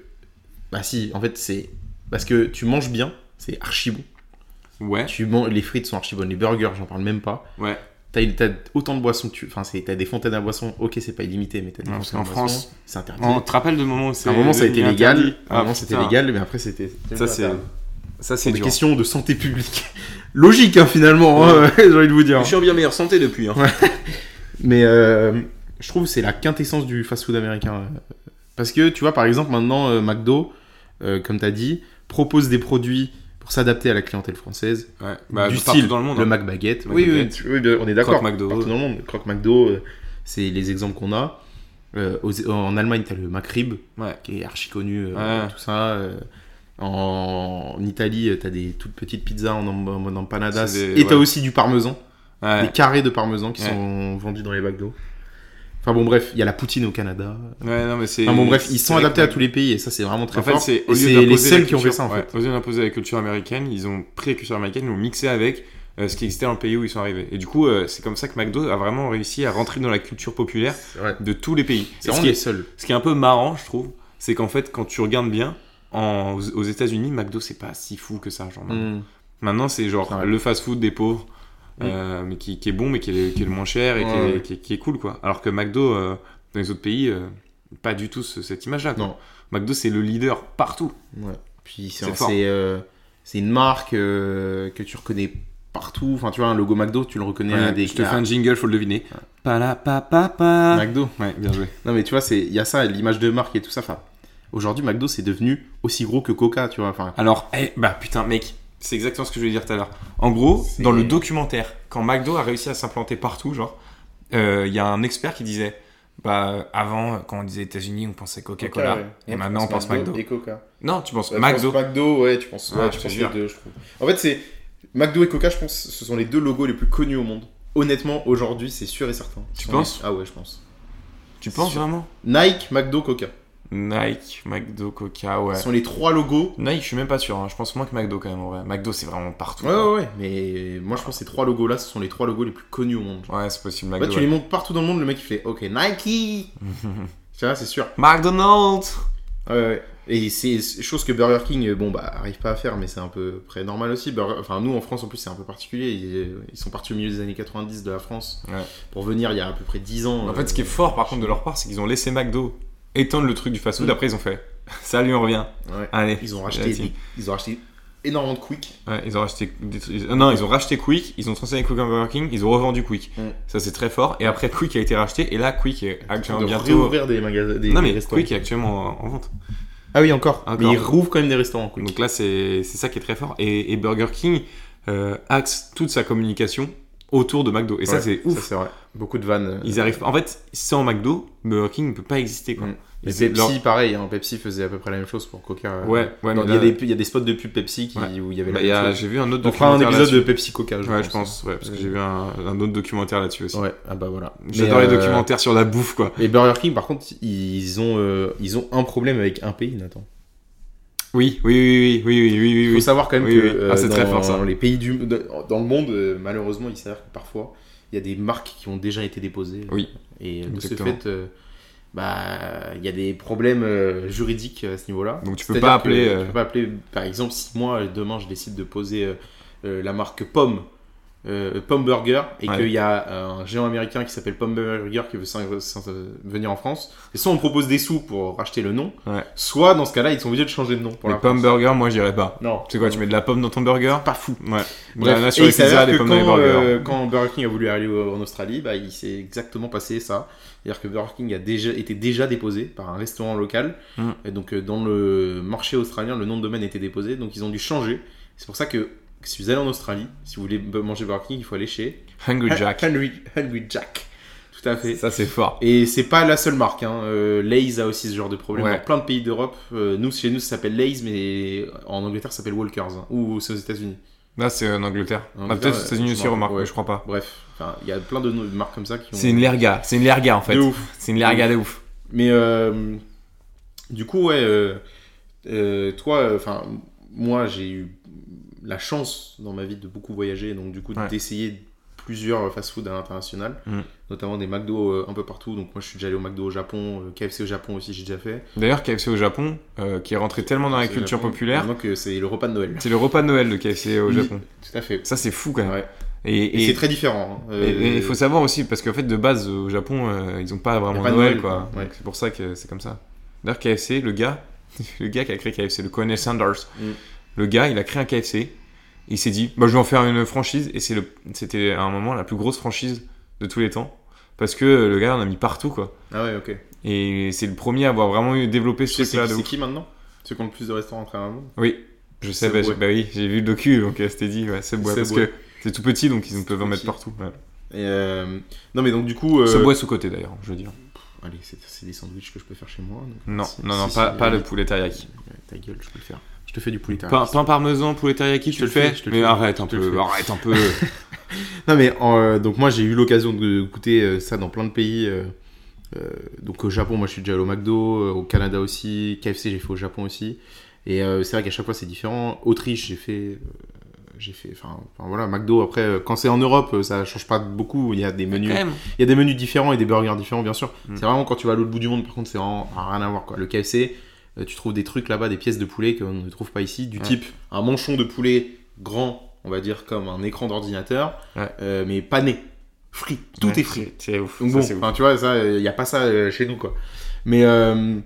Speaker 4: Bah si, en fait, c'est. Parce que tu manges bien, c'est archi bon.
Speaker 3: Ouais,
Speaker 4: Tu manges, les frites sont archi bonnes, les burgers, j'en parle même pas.
Speaker 3: ouais.
Speaker 4: T'as une- t'as autant de boissons que tu. Enfin, c'est- t'as des fontaines à boissons, ok, c'est pas illimité, mais t'as des
Speaker 3: Non, parce
Speaker 4: fontaines à
Speaker 3: qu'en
Speaker 4: boissons,
Speaker 3: France,
Speaker 4: C'est interdit.
Speaker 3: On te rappelle le moment où c'est.
Speaker 4: Ah, à un moment, ça a été
Speaker 3: devenu
Speaker 4: légal.
Speaker 3: interdit
Speaker 4: À un moment,
Speaker 3: Ah,
Speaker 4: c'était
Speaker 3: putain.
Speaker 4: légal, mais après, c'était.
Speaker 3: Ça, c'est. Ça, c'est
Speaker 4: C'est des
Speaker 3: dur.
Speaker 4: questions de santé publique. (laughs) Logique, hein, finalement, hein, (laughs) j'ai envie de vous dire.
Speaker 3: Je suis en bien meilleure santé depuis. hein.
Speaker 4: Mais euh, je trouve que c'est la quintessence du fast-food américain. euh. Parce que, tu vois, par exemple, maintenant, euh, McDo, euh, comme tu as dit, propose des produits pour s'adapter à la clientèle française.
Speaker 3: Ouais. Bah,
Speaker 4: du
Speaker 3: partout
Speaker 4: style,
Speaker 3: dans le monde.
Speaker 4: le
Speaker 3: hein.
Speaker 4: McBaguette.
Speaker 3: Mac
Speaker 4: oui, oui,
Speaker 3: Baguette.
Speaker 4: tu- oui, de- on est d'accord.
Speaker 3: Croque McDo.
Speaker 4: Partout dans le monde. Croque McDo, euh, c'est les exemples qu'on a. Euh, aux- en Allemagne, tu as le McRib,
Speaker 3: Ouais.
Speaker 4: qui est archi connu, euh,
Speaker 3: Ouais.
Speaker 4: tout ça. euh, en, en Italie, tu as des toutes petites pizzas en, en, en empanadas.
Speaker 3: C'est des-
Speaker 4: et tu as
Speaker 3: ouais.
Speaker 4: aussi du parmesan
Speaker 3: Ouais.
Speaker 4: des carrés de parmesan qui
Speaker 3: Ouais.
Speaker 4: sont vendus dans les McDo. Enfin bon, bref, il y a la poutine au Canada.
Speaker 3: Ouais, non, mais c'est.
Speaker 4: Enfin bon, bref, ils sont
Speaker 3: c'est-
Speaker 4: adaptés à tous les pays et ça, c'est vraiment très
Speaker 3: En fait,
Speaker 4: fort.
Speaker 3: c'est
Speaker 4: Et
Speaker 3: au lieu
Speaker 4: c'est
Speaker 3: d'imposer
Speaker 4: les
Speaker 3: la
Speaker 4: seuls qui ont fait
Speaker 3: culture-
Speaker 4: ça, en
Speaker 3: ouais,
Speaker 4: fait.
Speaker 3: Au lieu d'imposer la culture américaine, ils ont pris la culture américaine, ils l'ont mixé avec euh, ce qui existait dans le pays où ils sont arrivés. Et du coup, euh, c'est comme ça que McDo a vraiment réussi à rentrer dans la culture populaire
Speaker 4: Ouais.
Speaker 3: de tous les pays.
Speaker 4: C'est
Speaker 3: Et ce,
Speaker 4: vraiment
Speaker 3: qui
Speaker 4: les
Speaker 3: est,
Speaker 4: seuls.
Speaker 3: ce qui est un peu marrant, je trouve, c'est qu'en fait, quand tu regardes bien, en- aux, aux États-Unis, McDo, c'est pas si fou que ça. Genre,
Speaker 4: Mm.
Speaker 3: Maintenant, c'est genre
Speaker 4: Ouais.
Speaker 3: le fast-food des pauvres,
Speaker 4: Mm.
Speaker 3: euh, mais qui, qui est bon, mais qui est, qui est le moins cher et qui,
Speaker 4: Ouais,
Speaker 3: est,
Speaker 4: ouais.
Speaker 3: qui est- qui est cool, quoi. Alors que McDo, euh, dans les autres pays, euh, pas du tout ce- cette image-là. quoi.
Speaker 4: Non.
Speaker 3: McDo, c'est le leader partout.
Speaker 4: Ouais. Puis c'est
Speaker 3: C'est fort.
Speaker 4: c'est, euh, c'est une marque euh, que tu reconnais partout. Enfin, tu vois, un logo McDo, tu le reconnais à
Speaker 3: Ouais,
Speaker 4: des
Speaker 3: je te fais un jingle, faut le deviner. Pa la pa pa pa.
Speaker 4: McDo.
Speaker 3: Ouais, bien joué.
Speaker 4: Non, mais tu vois, c'est- il y a ça, l'image de marque et tout ça. Enfin, aujourd'hui, McDo, c'est devenu aussi gros que Coca, tu vois. Enfin,
Speaker 3: Alors, eh, bah putain, mec, c'est exactement ce que je voulais dire tout à l'heure. En gros,
Speaker 4: C'est-
Speaker 3: dans le documentaire, quand McDo a réussi à s'implanter partout, genre, euh, il y a un expert qui disait. Bah, avant, quand on disait États-Unis, on pensait Coca-Cola. et maintenant, on pense McDo.
Speaker 4: Coca.
Speaker 3: Non, tu penses
Speaker 4: Ouais,
Speaker 3: McDo.
Speaker 4: je pense McDo, ouais, tu penses, ouais,
Speaker 3: Ah,
Speaker 4: tu
Speaker 3: je
Speaker 4: penses
Speaker 3: te
Speaker 4: les
Speaker 3: jure.
Speaker 4: deux, je trouve. En fait, c'est McDo et Coca, je pense, ce sont les deux logos les plus connus au monde. Honnêtement, aujourd'hui, c'est sûr et certain. Ce
Speaker 3: Tu
Speaker 4: sont
Speaker 3: penses
Speaker 4: les- Ah ouais, je pense.
Speaker 3: Tu penses
Speaker 4: Sûr.
Speaker 3: vraiment
Speaker 4: Nike, McDo, Coca.
Speaker 3: Nike, McDo, Coca, ouais.
Speaker 4: Ce sont les trois logos.
Speaker 3: Nike, je suis même pas sûr. hein. Je pense moins que McDo quand même. En vrai. McDo, c'est vraiment partout.
Speaker 4: Ouais,
Speaker 3: quoi.
Speaker 4: ouais, ouais. Mais moi, je pense que ces trois logos-là, ce sont les trois logos les plus connus au monde.
Speaker 3: Ouais, c'est possible.
Speaker 4: Ouais,
Speaker 3: McDo.
Speaker 4: tu les montes partout dans le monde, le mec, il fait
Speaker 3: (laughs)
Speaker 4: OK, Nike Tu vois, c'est sûr.
Speaker 3: McDonald's
Speaker 4: Ouais, ouais. Et c'est chose que Burger King, euh, bon, bah, arrive pas à faire, mais c'est un peu près normal aussi. Burger- Enfin, nous, en France, en plus, c'est un peu particulier. Ils, euh, ils sont partis au milieu des années 90 de la France
Speaker 3: Ouais.
Speaker 4: pour venir il y a à peu près 10 ans.
Speaker 3: En
Speaker 4: euh,
Speaker 3: fait, ce qui est fort par contre de leur part, c'est qu'ils ont laissé McDo étendre le truc du fast-food. (laughs)
Speaker 4: Mm.
Speaker 3: Après, ils ont fait. Salut, on revient.
Speaker 4: ouais.
Speaker 3: Allez.
Speaker 4: Ils ont
Speaker 3: la
Speaker 4: racheté,
Speaker 3: team.
Speaker 4: des- ils ont racheté énormément de quick.
Speaker 3: Ouais, ils ont racheté. des trucs- ah Non, ils ont racheté Quick, ils ont transféré Quick en Burger King, ils ont revendu Quick.
Speaker 4: Mm.
Speaker 3: Ça, c'est très fort. Et après, Quick a été racheté, et là, Quick est actuellement
Speaker 4: de
Speaker 3: bientôt.
Speaker 4: réouvrir des magasins, des,
Speaker 3: Non,
Speaker 4: des
Speaker 3: mais
Speaker 4: restaurants.
Speaker 3: Quick est actuellement en- en vente.
Speaker 4: Ah oui, encore.
Speaker 3: Encore.
Speaker 4: Mais ils rouvrent quand même des restaurants quick.
Speaker 3: Donc là, c'est c'est ça qui est très fort. Et, et Burger King euh, axe toute sa communication autour de McDo. Et ça,
Speaker 4: Ouais,
Speaker 3: c'est ouf.
Speaker 4: c'est vrai. Beaucoup de vannes. euh,
Speaker 3: Ils arrivent. En fait, sans McDo, Burger King ne peut pas exister. Quoi.
Speaker 4: Mm.
Speaker 3: Et
Speaker 4: Et
Speaker 3: c'est
Speaker 4: Pepsi,
Speaker 3: leur-
Speaker 4: pareil, hein, Pepsi faisait à peu près la même chose pour Coca. euh,
Speaker 3: Ouais, ouais,
Speaker 4: dans-
Speaker 3: mais
Speaker 4: il, y a
Speaker 3: là-
Speaker 4: des, il y a des spots de pub Pepsi qui-
Speaker 3: Ouais.
Speaker 4: où il y avait
Speaker 3: Bah,
Speaker 4: la
Speaker 3: il y
Speaker 4: même
Speaker 3: a-
Speaker 4: chose.
Speaker 3: J'ai vu un autre
Speaker 4: On fera un
Speaker 3: documentaire
Speaker 4: épisode de
Speaker 3: là-dessus.
Speaker 4: Pepsi Coca, je
Speaker 3: Ouais,
Speaker 4: pense.
Speaker 3: je pense. Ouais, parce que
Speaker 4: Ouais.
Speaker 3: j'ai vu un, un autre documentaire là-dessus aussi.
Speaker 4: Ouais, ah bah voilà.
Speaker 3: J'adore
Speaker 4: Mais,
Speaker 3: les
Speaker 4: euh,
Speaker 3: documentaires sur la bouffe, quoi.
Speaker 4: Et Burger King, par contre, ils ont, euh, ils ont un problème avec un pays, Nathan.
Speaker 3: Oui, oui, oui, oui, oui, oui, oui,
Speaker 4: Il
Speaker 3: oui.
Speaker 4: faut savoir quand même
Speaker 3: Oui,
Speaker 4: que
Speaker 3: oui.
Speaker 4: euh,
Speaker 3: Ah, c'est
Speaker 4: dans
Speaker 3: très fort, ça.
Speaker 4: les pays du dans dans le monde, euh, malheureusement, il s'avère que parfois il y a des marques qui ont déjà été déposées.
Speaker 3: Oui.
Speaker 4: Et euh, de ce
Speaker 3: Exactement.
Speaker 4: fait, euh, bah il y a des problèmes euh, juridiques à ce niveau-là.
Speaker 3: Donc tu peux
Speaker 4: C'est-à-dire
Speaker 3: pas
Speaker 4: que
Speaker 3: appeler. euh,
Speaker 4: Tu peux pas appeler, par exemple, si moi demain je décide de poser euh, euh, la marque Pomme. euh, Pomme Burger et
Speaker 3: Ouais.
Speaker 4: qu'il y a euh, un géant américain qui s'appelle Pomme Burger qui veut s'in- s'in- venir en France et soit on propose des sous pour racheter le nom
Speaker 3: Ouais.
Speaker 4: soit dans ce cas là ils sont obligés de changer de nom pour
Speaker 3: Les
Speaker 4: la
Speaker 3: pommes
Speaker 4: France.
Speaker 3: burger, moi j'irais pas.
Speaker 4: non
Speaker 3: C'est quoi, tu mets de la pomme dans ton burger
Speaker 4: pas fou
Speaker 3: Ouais.
Speaker 4: Bref,
Speaker 3: Là, là, sur
Speaker 4: et
Speaker 3: les
Speaker 4: il
Speaker 3: pizzas,
Speaker 4: s'avère que
Speaker 3: les pommes dans les
Speaker 4: quand, euh,
Speaker 3: burgers.
Speaker 4: quand Burger King a voulu aller au- en Australie, bah, il s'est exactement passé ça. C'est-à-dire que Burger King a déjà été déjà déposé par un restaurant local.
Speaker 3: Mm.
Speaker 4: Et donc euh, dans le marché australien, le nom de domaine était déposé, donc ils ont dû changer. C'est pour ça que si vous allez en Australie, si vous voulez b- manger Burger King, il faut aller chez
Speaker 3: Hungry Jack.
Speaker 4: Hungry, Hungry Jack. Tout à fait.
Speaker 3: Ça, c'est fort.
Speaker 4: Et c'est pas la seule marque. Hein. Euh, Lay's a aussi ce genre de problème
Speaker 3: Ouais.
Speaker 4: dans plein de pays d'Europe. Euh, nous, chez nous, ça s'appelle Lay's, mais en Angleterre, ça s'appelle Walkers. hein. Ou c'est aux États-Unis.
Speaker 3: Là, c'est en Angleterre.
Speaker 4: En
Speaker 3: Ah,
Speaker 4: Angleterre,
Speaker 3: Peut-être aux États-Unis
Speaker 4: je
Speaker 3: aussi,
Speaker 4: m'en
Speaker 3: remarque,
Speaker 4: rappelle,
Speaker 3: mais je crois pas.
Speaker 4: Bref, enfin, il y a plein de no- de marques comme ça qui ont.
Speaker 3: C'est une lerga. C'est une lerga, en fait.
Speaker 4: De ouf.
Speaker 3: C'est une lerga de ouf.
Speaker 4: Mais euh, du coup, ouais, euh, euh, toi, euh, enfin, moi, j'ai eu la chance dans ma vie de beaucoup voyager, donc du coup,
Speaker 3: Ouais.
Speaker 4: d'essayer plusieurs fast-food à l'international,
Speaker 3: Mm.
Speaker 4: notamment des McDo euh, un peu partout. Donc moi, je suis déjà allé au McDo au Japon, euh, KFC au Japon aussi, j'ai déjà fait.
Speaker 3: D'ailleurs, KFC au Japon, euh, qui est rentré tellement dans la
Speaker 4: C'est
Speaker 3: culture
Speaker 4: au Japon,
Speaker 3: populaire,
Speaker 4: vraiment que c'est le repas de Noël.
Speaker 3: c'est le repas de Noël de KFC au
Speaker 4: Oui.
Speaker 3: Japon.
Speaker 4: Tout à fait.
Speaker 3: Ça, c'est fou quand même.
Speaker 4: Ouais. Et,
Speaker 3: Et,
Speaker 4: c'est
Speaker 3: et-
Speaker 4: très différent. hein.
Speaker 3: et- et
Speaker 4: Euh,
Speaker 3: il faut savoir aussi, parce qu'en fait, de base, au Japon, euh, ils ont pas
Speaker 4: y
Speaker 3: vraiment
Speaker 4: a pas de
Speaker 3: Noël,
Speaker 4: Noël,
Speaker 3: quoi.
Speaker 4: ouais.
Speaker 3: Donc, C'est pour ça que c'est comme ça. D'ailleurs, KFC, le gars, (laughs) le gars qui a créé KFC, le Colonel Sanders,
Speaker 4: Mm.
Speaker 3: le gars, il a créé un KFC. Il s'est dit, bah, je vais en faire une franchise. Et c'est le- c'était à un moment la plus grosse franchise de tous les temps. Parce que euh, le gars, on a mis partout, quoi.
Speaker 4: Ah ouais, ok.
Speaker 3: Et c'est le premier à avoir vraiment eu développé ce
Speaker 4: Tu sais
Speaker 3: truc-là
Speaker 4: c'est
Speaker 3: de
Speaker 4: c'est
Speaker 3: ouf.
Speaker 4: qui maintenant Ceux qui ont le plus de restaurants à travers le monde
Speaker 3: Oui, je sais,
Speaker 4: C'est
Speaker 3: bah,
Speaker 4: Subway.
Speaker 3: bah oui, j'ai vu le docu, donc euh, c'était dit, ouais, c'est bois. Parce
Speaker 4: Subway.
Speaker 3: que c'est tout petit, donc ils
Speaker 4: C'est
Speaker 3: peuvent en
Speaker 4: tout
Speaker 3: mettre
Speaker 4: petit.
Speaker 3: partout. ouais.
Speaker 4: Et, euh, Non, mais donc du coup. euh,
Speaker 3: Subway sous-côté d'ailleurs, je veux dire.
Speaker 4: Allez, c'est c'est des sandwichs que je peux faire chez moi. donc-
Speaker 3: Non,
Speaker 4: Si-
Speaker 3: non,
Speaker 4: si,
Speaker 3: non,
Speaker 4: si,
Speaker 3: pas,
Speaker 4: si,
Speaker 3: pas
Speaker 4: oui.
Speaker 3: le poulet teriyaki.
Speaker 4: Ouais, Ta gueule, je peux le faire. Je te fais du poulet
Speaker 3: Pain,
Speaker 4: tarare.
Speaker 3: pain parmesan, poulet teriyaki, je te le fais
Speaker 4: je te le
Speaker 3: Mais
Speaker 4: fais.
Speaker 3: arrête un
Speaker 4: Je te le
Speaker 3: peu,
Speaker 4: fais.
Speaker 3: arrête un
Speaker 4: (laughs)
Speaker 3: peu.
Speaker 4: Non, mais euh, donc moi j'ai eu l'occasion de goûter euh, ça dans plein de pays. euh, euh, donc au Japon, moi je suis déjà allé au McDo, euh, au Canada aussi, KFC j'ai fait au Japon aussi. Et euh, c'est vrai qu'à chaque fois c'est différent. Autriche, j'ai fait. euh, j'ai fait. Enfin enfin, voilà, McDo après, euh, quand c'est en Europe, euh, ça change pas beaucoup. Il y a des menus.
Speaker 3: même.
Speaker 4: Il y a des menus différents et des burgers différents, bien sûr.
Speaker 3: Mm.
Speaker 4: C'est vraiment quand tu vas à l'autre bout du monde, par contre, c'est vraiment ah, rien à voir. Quoi. Le KFC, euh, tu trouves des trucs là-bas, des pièces de poulet qu'on ne trouve pas ici, du
Speaker 3: Ouais.
Speaker 4: type un manchon de poulet grand, on va dire comme un écran d'ordinateur,
Speaker 3: Ouais.
Speaker 4: euh, mais pané, frit, tout
Speaker 3: Ouais,
Speaker 4: est frit.
Speaker 3: C'est ouf.
Speaker 4: Donc
Speaker 3: ça,
Speaker 4: bon,
Speaker 3: c'est ouf.
Speaker 4: enfin, tu vois, ça, il n'y a pas ça euh, chez nous, quoi. Mais euh,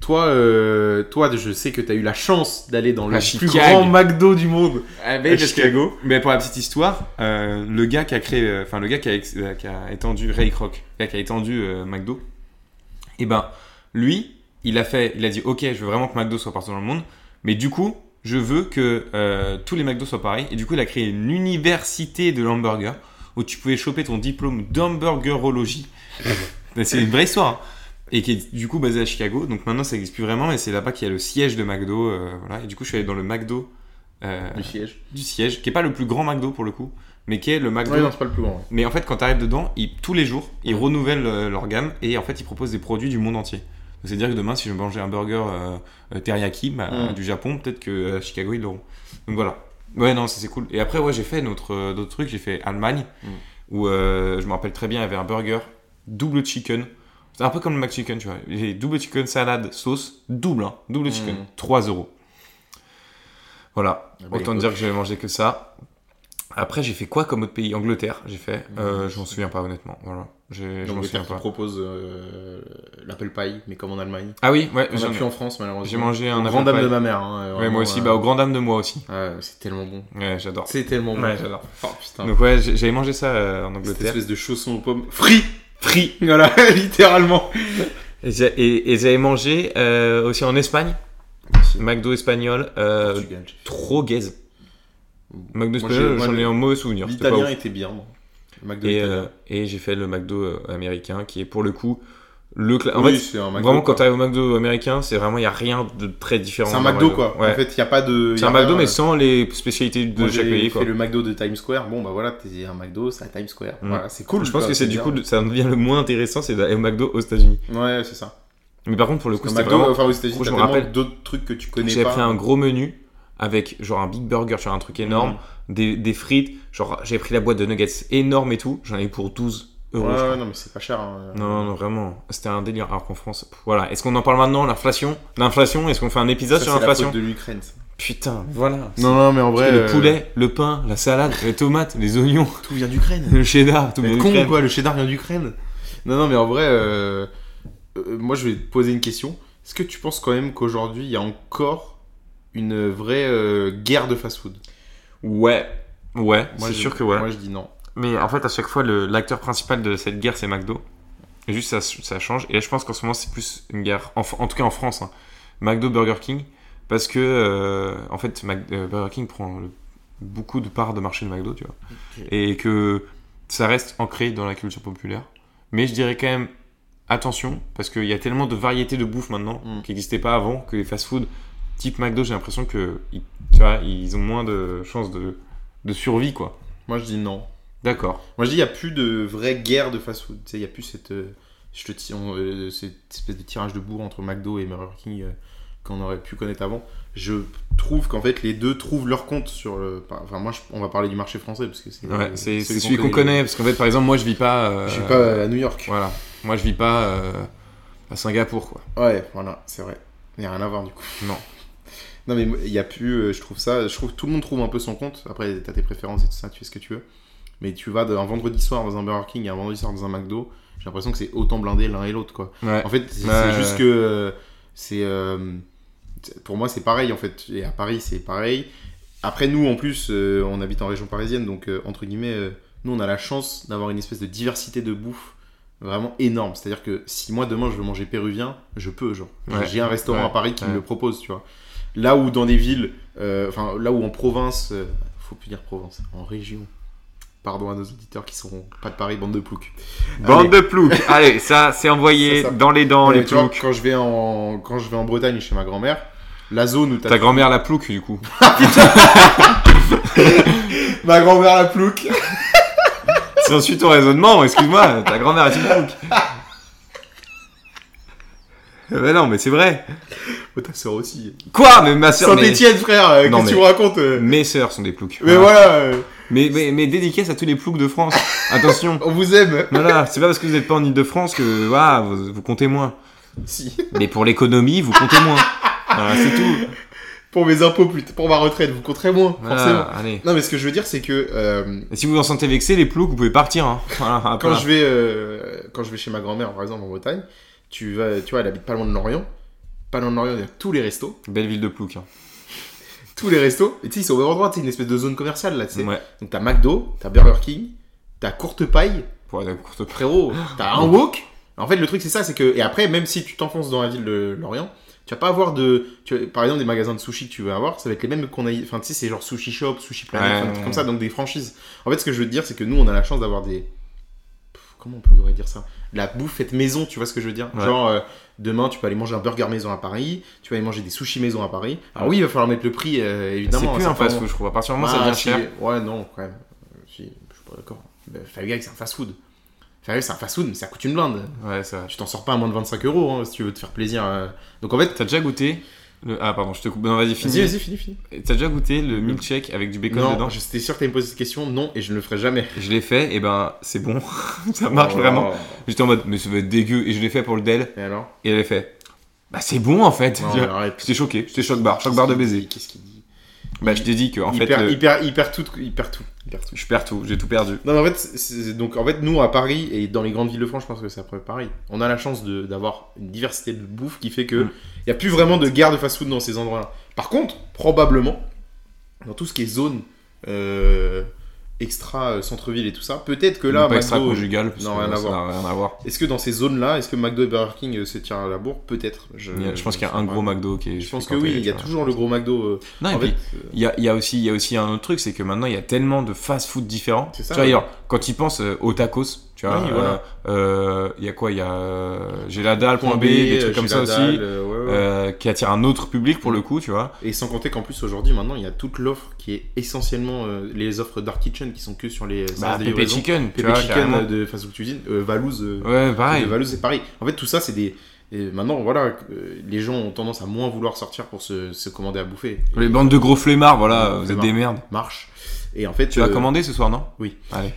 Speaker 4: toi, euh, toi, je sais que tu as eu la chance d'aller dans le
Speaker 3: À
Speaker 4: plus
Speaker 3: Chicago.
Speaker 4: grand McDo du monde.
Speaker 3: à
Speaker 4: parce que-
Speaker 3: Chicago. Mais pour la petite histoire, euh, le gars qui a créé, euh, enfin le gars qui a, ex- euh, qui a étendu Ray Kroc, le gars qui a étendu euh, McDo, et ben lui, il a fait, il a dit ok, je veux vraiment que McDo soit partout dans le monde, mais du coup, je veux que euh, tous les McDo soient pareils, et du coup, il a créé une université de l'hamburger où tu pouvais choper ton diplôme d'hamburgerologie. Ben, c'est une vraie histoire. hein. Et qui est du coup basée à Chicago, donc maintenant ça n'existe plus vraiment, et c'est là-bas qu'il y a le siège de McDo. euh, voilà. Et du coup, je suis allé dans le McDo euh,
Speaker 4: Du siège.
Speaker 3: du siège, qui est pas le plus grand McDo pour le coup, mais qui est le McDo.
Speaker 4: Ouais, non, c'est pas le plus grand.
Speaker 3: mais en fait, quand t'arrives dedans, ils- tous les jours, ils renouvellent euh, leur gamme et en fait, ils proposent des produits du monde entier. Donc, C'est-à-dire que demain, si je veux manger un burger euh, euh, teriyaki bah,
Speaker 4: Mm.
Speaker 3: du Japon, peut-être que euh, Chicago, ils l'auront. Donc voilà. Ouais, non, ça c'est cool. Et après, ouais, j'ai fait notre, euh, d'autres trucs. J'ai fait Allemagne,
Speaker 4: Mm.
Speaker 3: où euh, je me rappelle très bien, il y avait un burger double chicken. C'est un peu comme le McChicken, tu vois. Et double chicken, salade, sauce, double, hein, double chicken,
Speaker 4: Mm.
Speaker 3: 3 euros. Voilà.
Speaker 4: Ah bah,
Speaker 3: Autant
Speaker 4: écoute.
Speaker 3: dire que j'avais mangé que ça. Après, j'ai fait quoi comme autre pays Angleterre, j'ai fait. Euh, je m'en souviens pas, honnêtement. Voilà. J'ai- Je m'en souviens
Speaker 4: Mmh. L'Angleterre qui
Speaker 3: pas.
Speaker 4: propose euh, l'apple pie, mais comme en Allemagne.
Speaker 3: Ah oui, ouais,
Speaker 4: On
Speaker 3: j'en
Speaker 4: a
Speaker 3: ai-
Speaker 4: plus en France, malheureusement.
Speaker 3: j'ai mangé un
Speaker 4: grand
Speaker 3: apple
Speaker 4: dame de
Speaker 3: pie.
Speaker 4: ma mère. hein, euh,
Speaker 3: Ouais,
Speaker 4: vraiment,
Speaker 3: moi aussi,
Speaker 4: euh,
Speaker 3: bah, au grand dame de moi aussi.
Speaker 4: ouais, c'est tellement bon.
Speaker 3: Ouais, j'adore.
Speaker 4: C'est tellement bon.
Speaker 3: Ouais, j'adore.
Speaker 4: Oh putain.
Speaker 3: Donc, ouais, j'ai- j'avais mangé ça euh, en
Speaker 4: Cette
Speaker 3: Angleterre.
Speaker 4: espèce de chausson aux pommes. Frit Frit (laughs) Voilà, littéralement.
Speaker 3: Et j'ai- Et et j'avais mangé euh, aussi en Espagne, McDo espagnol, euh,
Speaker 4: Portugal, j'ai fait.
Speaker 3: trop gaze. McDo
Speaker 4: Moi,
Speaker 3: espagnol,
Speaker 4: j'ai- moi,
Speaker 3: j'en ai
Speaker 4: le-
Speaker 3: un mauvais souvenir. c'était pas
Speaker 4: L'italien
Speaker 3: ouf.
Speaker 4: était bien. moi. Le McDo
Speaker 3: Et,
Speaker 4: italien.
Speaker 3: euh, et j'ai fait le McDo euh, américain qui est pour le coup le cla- en
Speaker 4: Oui,
Speaker 3: fait,
Speaker 4: c'est un McDo.
Speaker 3: vraiment quand
Speaker 4: quoi.
Speaker 3: t'arrives au McDo américain c'est vraiment il y a rien de très différent
Speaker 4: C'est un
Speaker 3: d'un
Speaker 4: McDo quoi.
Speaker 3: Ouais.
Speaker 4: En fait, il n'y a pas de.
Speaker 3: c'est
Speaker 4: y a
Speaker 3: un McDo
Speaker 4: pas-
Speaker 3: mais sans les spécialités de
Speaker 4: Moi,
Speaker 3: chaque
Speaker 4: j'ai
Speaker 3: pays quoi
Speaker 4: fait le McDo de Times Square. Bon, bah voilà, t'es un McDo, c'est à Times Square.
Speaker 3: Mm.
Speaker 4: Voilà, bah, c'est cool.
Speaker 3: je pense
Speaker 4: quoi,
Speaker 3: que c'est du
Speaker 4: bien.
Speaker 3: coup le- ça devient le moins intéressant c'est d'aller au McDo aux États-Unis
Speaker 4: Ouais, c'est ça.
Speaker 3: mais par contre pour le coup
Speaker 4: Parce que
Speaker 3: c'était
Speaker 4: McDo,
Speaker 3: vraiment
Speaker 4: enfin aux États-Unis,
Speaker 3: Je
Speaker 4: t'as
Speaker 3: me
Speaker 4: tellement
Speaker 3: rappelle-
Speaker 4: d'autres trucs que tu connais
Speaker 3: j'avais
Speaker 4: pas.
Speaker 3: pris un gros menu avec genre un big burger sur un truc énorme
Speaker 4: Mm.
Speaker 3: des, des frites genre j'avais pris la boîte de nuggets énorme et tout j'en avais pour 12 euros je
Speaker 4: Ouais,
Speaker 3: crois.
Speaker 4: ouais, non, mais c'est pas cher. hein.
Speaker 3: Non, non, non, vraiment, c'était un délire. Alors qu'en France, pff, voilà. Est-ce qu'on en parle maintenant L'inflation L'inflation Est-ce qu'on fait un
Speaker 4: Ça,
Speaker 3: épisode
Speaker 4: c'est
Speaker 3: sur
Speaker 4: la
Speaker 3: l'inflation
Speaker 4: faute de l'Ukraine. ça.
Speaker 3: Putain, voilà.
Speaker 4: Non, non, mais en vrai.
Speaker 3: Parce que
Speaker 4: euh,
Speaker 3: Le poulet, le pain, la salade, les tomates, les oignons, (laughs)
Speaker 4: Tout vient (laughs) d'Ukraine.
Speaker 3: le cheddar, tout
Speaker 4: Mais
Speaker 3: le
Speaker 4: con
Speaker 3: crème.
Speaker 4: quoi, le cheddar vient d'Ukraine. Non, non, mais en vrai, euh, euh, moi je vais te poser une question. Est-ce que tu penses quand même qu'aujourd'hui il y a encore une vraie euh, guerre de fast-food
Speaker 3: Ouais, ouais,
Speaker 4: Moi,
Speaker 3: c'est
Speaker 4: je-
Speaker 3: sûr que ouais.
Speaker 4: Moi je dis non.
Speaker 3: Mais en fait, à chaque fois, le- l'acteur principal de cette guerre, c'est McDo. Et juste, ça, ça change. Et je pense qu'en ce moment, c'est plus une guerre, en, en tout cas en France, hein. McDo Burger King. Parce que, euh, en fait, Mac- euh, Burger King prend le- beaucoup de parts de marché de McDo, tu vois. Et que ça reste ancré dans la culture populaire. Mais je dirais quand même, attention, parce qu'il y a tellement de variétés de bouffe maintenant
Speaker 4: Mm.
Speaker 3: qui n'existaient pas avant, que les fast-food type McDo, j'ai l'impression que, ils- tu vois, ils ont moins de chances de, de survie, quoi.
Speaker 4: Moi je dis non.
Speaker 3: D'accord.
Speaker 4: Moi je dis il n'y a plus de vraie guerre de fast-food. Tu sais, il n'y a plus cette, euh, je te ti- on, euh, cette espèce de tirage de bourre entre McDo et Burger King euh, qu'on aurait pu connaître avant. Je trouve qu'en fait les deux trouvent leur compte sur le. Enfin, moi je- on va parler du marché français parce que c'est
Speaker 3: Ouais, Euh, c'est c'est
Speaker 4: qu'on
Speaker 3: celui qu'on connaît, parce qu'en fait, par exemple, moi, je vis pas. euh,
Speaker 4: Je suis pas euh, à New York.
Speaker 3: Voilà. Moi, je vis pas euh, à Singapour, quoi.
Speaker 4: Ouais, voilà, c'est vrai. Il n'y a rien à voir du coup.
Speaker 3: Non.
Speaker 4: (laughs) Non, mais il n'y a plus, euh, je trouve ça, je trouve que tout le monde trouve un peu son compte. Après, t'as tes préférences et tout ça, tu fais ce que tu veux. Mais tu vas d'un vendredi soir dans un Burger King et un vendredi soir dans un McDo, j'ai l'impression que c'est autant blindé l'un et l'autre, quoi.
Speaker 3: Ouais.
Speaker 4: En fait, c'est
Speaker 3: Ouais,
Speaker 4: c'est
Speaker 3: ouais,
Speaker 4: juste
Speaker 3: ouais.
Speaker 4: que euh, c'est. euh, c'est- pour moi, c'est pareil, en fait. Et à Paris, c'est pareil. Après, nous, en plus, euh, on habite en région parisienne, donc, euh, entre guillemets, euh, nous, on a la chance d'avoir une espèce de diversité de bouffe vraiment énorme. C'est-à-dire que si moi, demain, je veux manger péruvien, je peux, genre.
Speaker 3: Ouais.
Speaker 4: J'ai un restaurant
Speaker 3: Ouais.
Speaker 4: à Paris qui me
Speaker 3: Ouais.
Speaker 4: le propose, tu vois. Là où, dans des villes, euh, enfin, là où en province, euh, faut plus dire province, en région. Pardon à nos auditeurs qui seront pas de Paris, bande de ploucs. Allez.
Speaker 3: de (laughs) ploucs Allez, ça, c'est envoyé
Speaker 4: Ça, ça.
Speaker 3: dans les dents,
Speaker 4: Ouais, tu vois, quand je vais en quand je vais en Bretagne chez ma grand-mère, la zone où t'as
Speaker 3: Ta grand-mère la plouc, du coup.
Speaker 4: ma grand-mère la (laughs) plouc.
Speaker 3: c'est ensuite ton raisonnement, excuse-moi. Ta grand-mère est une plouc. (laughs) Mais non, mais c'est vrai.
Speaker 4: Oh, ta sœur aussi.
Speaker 3: Quoi Mais ma sœur. Mes...
Speaker 4: Saint-Étienne frère, euh, qu'est-ce
Speaker 3: Non,
Speaker 4: que tu
Speaker 3: mais-
Speaker 4: me racontes euh
Speaker 3: mes sœurs sont des ploucs.
Speaker 4: Mais
Speaker 3: Voilà.
Speaker 4: voilà, euh,
Speaker 3: Mais, mais, mais dédicace à tous les ploucs de France. Attention. (laughs)
Speaker 4: on vous aime. (laughs)
Speaker 3: Voilà, c'est pas parce que vous n'êtes pas en Ile-de-France que voilà, vous, vous comptez moins.
Speaker 4: Si.
Speaker 3: Mais pour l'économie, vous comptez
Speaker 4: (laughs)
Speaker 3: moins. Voilà, c'est tout.
Speaker 4: Pour mes impôts plus t- pour ma retraite, vous compterez moins,
Speaker 3: Voilà,
Speaker 4: forcément.
Speaker 3: allez.
Speaker 4: Non mais ce que je veux dire c'est que euh,
Speaker 3: Et si vous vous en sentez vexé, les ploucs, vous pouvez partir. Hein. Voilà, à
Speaker 4: quand
Speaker 3: part-
Speaker 4: je vais euh, quand je vais chez ma grand-mère par exemple en Bretagne, tu vas tu vois elle habite pas loin de Lorient. Pas loin de Lorient, il y a tous les restos, (laughs)
Speaker 3: Belle ville de ploucs. hein.
Speaker 4: tous les restos. Et tu sais ils sont au même endroit, c'est une espèce de zone commerciale là, tu sais.
Speaker 3: Ouais.
Speaker 4: Donc t'as McDo, t'as Burger King, t'as Courte Paille,
Speaker 3: Pour la courte pr-
Speaker 4: frérot, t'as un wok. En fait, le truc, c'est ça, c'est que. Et après, même si tu t'enfonces dans la ville de Lorient, tu vas pas avoir de. tu vas- par exemple, des magasins de sushi que tu vas avoir, ça va être les mêmes qu'on a. Enfin, tu sais, c'est genre Sushi Shop, Sushi Planet,
Speaker 3: Ouais,
Speaker 4: enfin, des
Speaker 3: ouais,
Speaker 4: trucs
Speaker 3: ouais.
Speaker 4: comme ça, donc des franchises. En fait, ce que je veux te dire, c'est que nous, on a la chance d'avoir des. Pff, Comment on pourrait dire ça La bouffe faite maison, tu vois ce que je veux dire
Speaker 3: Ouais.
Speaker 4: Genre, euh, demain, tu peux aller manger un burger maison à Paris, tu vas aller manger des sushis maison à Paris. Alors, oui, il va falloir mettre le prix, euh,
Speaker 3: C'est
Speaker 4: évidemment.
Speaker 3: plus
Speaker 4: hein,
Speaker 3: un
Speaker 4: c'est pas
Speaker 3: fast-food, je trouve. À partir du moment où
Speaker 4: ah,
Speaker 3: ça devient
Speaker 4: si,
Speaker 3: cher.
Speaker 4: Ouais, non, quand même. Euh, Si, je suis pas d'accord. Ben, Five Guys, c'est un fast-food. Five Guys, c'est un fast-food, mais ça coûte une blinde.
Speaker 3: Ouais, c'est vrai.
Speaker 4: Tu t'en sors pas à moins de 25 euros hein, si tu veux te faire plaisir. euh. Donc en fait,
Speaker 3: T'as déjà goûté le... Ah, pardon, je te coupe. Non, vas-y,
Speaker 4: fini,
Speaker 3: finis.
Speaker 4: vas-y, fini, fini.
Speaker 3: T'as déjà goûté le milkshake avec du bacon
Speaker 4: non,
Speaker 3: dedans
Speaker 4: je- j'étais sûr que t'allais me poser cette question. Non, et je ne le ferai jamais.
Speaker 3: Je l'ai fait, et ben c'est bon. (laughs) ça
Speaker 4: Oh
Speaker 3: marche vraiment. J'étais en mode, mais ça va être dégueu. Et je l'ai fait pour le Del,
Speaker 4: Et alors
Speaker 3: et elle a fait. Bah, c'est bon en fait.
Speaker 4: Non, mais arrête.
Speaker 3: (laughs) J'étais choqué. J'étais choc-barre. Choc-barre de
Speaker 4: Qu'est-ce qu'il
Speaker 3: baiser.
Speaker 4: dit Qu'est-ce qu'il dit
Speaker 3: Bah, je t'ai dit que, en
Speaker 4: il,
Speaker 3: fait,
Speaker 4: perd,
Speaker 3: euh,
Speaker 4: il, perd, il perd tout. Il perd tout. Il perd tout.
Speaker 3: je perds tout, j'ai tout perdu.
Speaker 4: Non, mais en fait, c'est- c'est- donc en fait, nous à Paris et dans les grandes villes de France, je pense que c'est à peu près pareil. On a la chance de- d'avoir une diversité de bouffe qui fait que il
Speaker 3: Mm.
Speaker 4: n'y a plus vraiment de guerre de fast-food dans ces endroits-là. Par contre, probablement, dans tout ce qui est zone euh, extra euh, centre-ville et tout ça, peut-être que là,
Speaker 3: pas extra
Speaker 4: McDo-
Speaker 3: conjugal, parce
Speaker 4: Non,
Speaker 3: que
Speaker 4: rien à
Speaker 3: ça
Speaker 4: voir.
Speaker 3: n'a rien à voir.
Speaker 4: est-ce que dans ces zones-là, est-ce que McDo et Burger King euh, se tirent à la bourre Peut-être.
Speaker 3: Il y a- je pense qu'il y a
Speaker 4: sais
Speaker 3: un
Speaker 4: Euh, pas.
Speaker 3: gros McDo qui est.
Speaker 4: Je pense que oui, il y a toujours le gros McDo. euh,
Speaker 3: Non, et
Speaker 4: en
Speaker 3: puis,
Speaker 4: fait,
Speaker 3: il y a, il y a aussi, il y a aussi un autre truc, c'est que maintenant, il y a tellement de fast-food différents.
Speaker 4: C'est ça,
Speaker 3: Tu vois,
Speaker 4: ouais.
Speaker 3: alors, quand ils pensent euh, aux tacos, tu vois,
Speaker 4: Oui,
Speaker 3: euh,
Speaker 4: voilà.
Speaker 3: euh, il y a quoi Il y a euh, Gelada, le
Speaker 4: Point
Speaker 3: point B, des trucs
Speaker 4: euh,
Speaker 3: comme ça
Speaker 4: chez
Speaker 3: aussi,
Speaker 4: la dalle, euh, ouais, ouais.
Speaker 3: euh, qui attirent un autre public pour le coup, tu vois.
Speaker 4: Et sans compter qu'en plus aujourd'hui maintenant il y a toute l'offre qui est essentiellement euh, les offres Dark Kitchen qui sont que sur les euh, services
Speaker 3: Bah,
Speaker 4: de
Speaker 3: Pepe
Speaker 4: livraison.
Speaker 3: Chicken, tu
Speaker 4: Pepe
Speaker 3: vois,
Speaker 4: Chicken
Speaker 3: carrément.
Speaker 4: euh, de Fast Food Cuisine, euh, Valouz, euh,
Speaker 3: Ouais, pareil.
Speaker 4: de Valouz, c'est pareil. En fait tout ça c'est des... et maintenant voilà, euh, les gens ont tendance à moins vouloir sortir pour se, se commander à bouffer.
Speaker 3: Les bandes de gros flemmards, voilà,
Speaker 4: Ouais,
Speaker 3: vous êtes
Speaker 4: flemmards.
Speaker 3: des merdes.
Speaker 4: Marche. Et en fait...
Speaker 3: Tu vas commander ce soir, non
Speaker 4: oui.
Speaker 3: Allez.
Speaker 4: (laughs)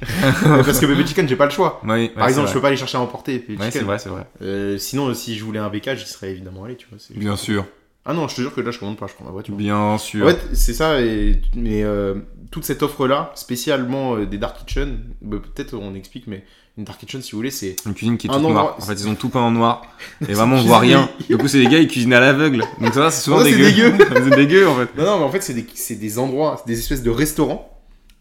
Speaker 4: Parce que Pepe Chicken j'ai pas le choix.
Speaker 3: Ouais, ouais,
Speaker 4: Par
Speaker 3: c'est
Speaker 4: exemple
Speaker 3: vrai.
Speaker 4: je peux pas aller chercher à emporter Pepe
Speaker 3: Ouais, c'est
Speaker 4: Chicken.
Speaker 3: vrai, c'est vrai.
Speaker 4: Euh, sinon euh, si je voulais un BK j'y serais évidemment allé tu vois. c'est-
Speaker 3: Bien sûr,
Speaker 4: Ah non je te jure que là je commande pas, je prends ma voiture.
Speaker 3: bien
Speaker 4: En
Speaker 3: sûr.
Speaker 4: fait, c'est ça, et, mais euh, toute cette offre-là, spécialement euh, des Dark Kitchen, bah, peut-être on explique, mais une Dark Kitchen, si vous voulez, c'est.
Speaker 3: Une cuisine qui est
Speaker 4: Un
Speaker 3: toute
Speaker 4: endroit-
Speaker 3: noire. En fait, ils ont tout peint en noir. Et vraiment, on
Speaker 4: (laughs) Cuisine
Speaker 3: voit rien.
Speaker 4: oui.
Speaker 3: Du coup, c'est des gars, ils cuisinent à l'aveugle. Donc ça, c'est souvent
Speaker 4: Ouais, c'est
Speaker 3: dégueu.
Speaker 4: dégueu.
Speaker 3: (laughs) c'est dégueu, en fait.
Speaker 4: Non, non, mais en fait, c'est des, c'est des endroits, c'est des espèces de restaurants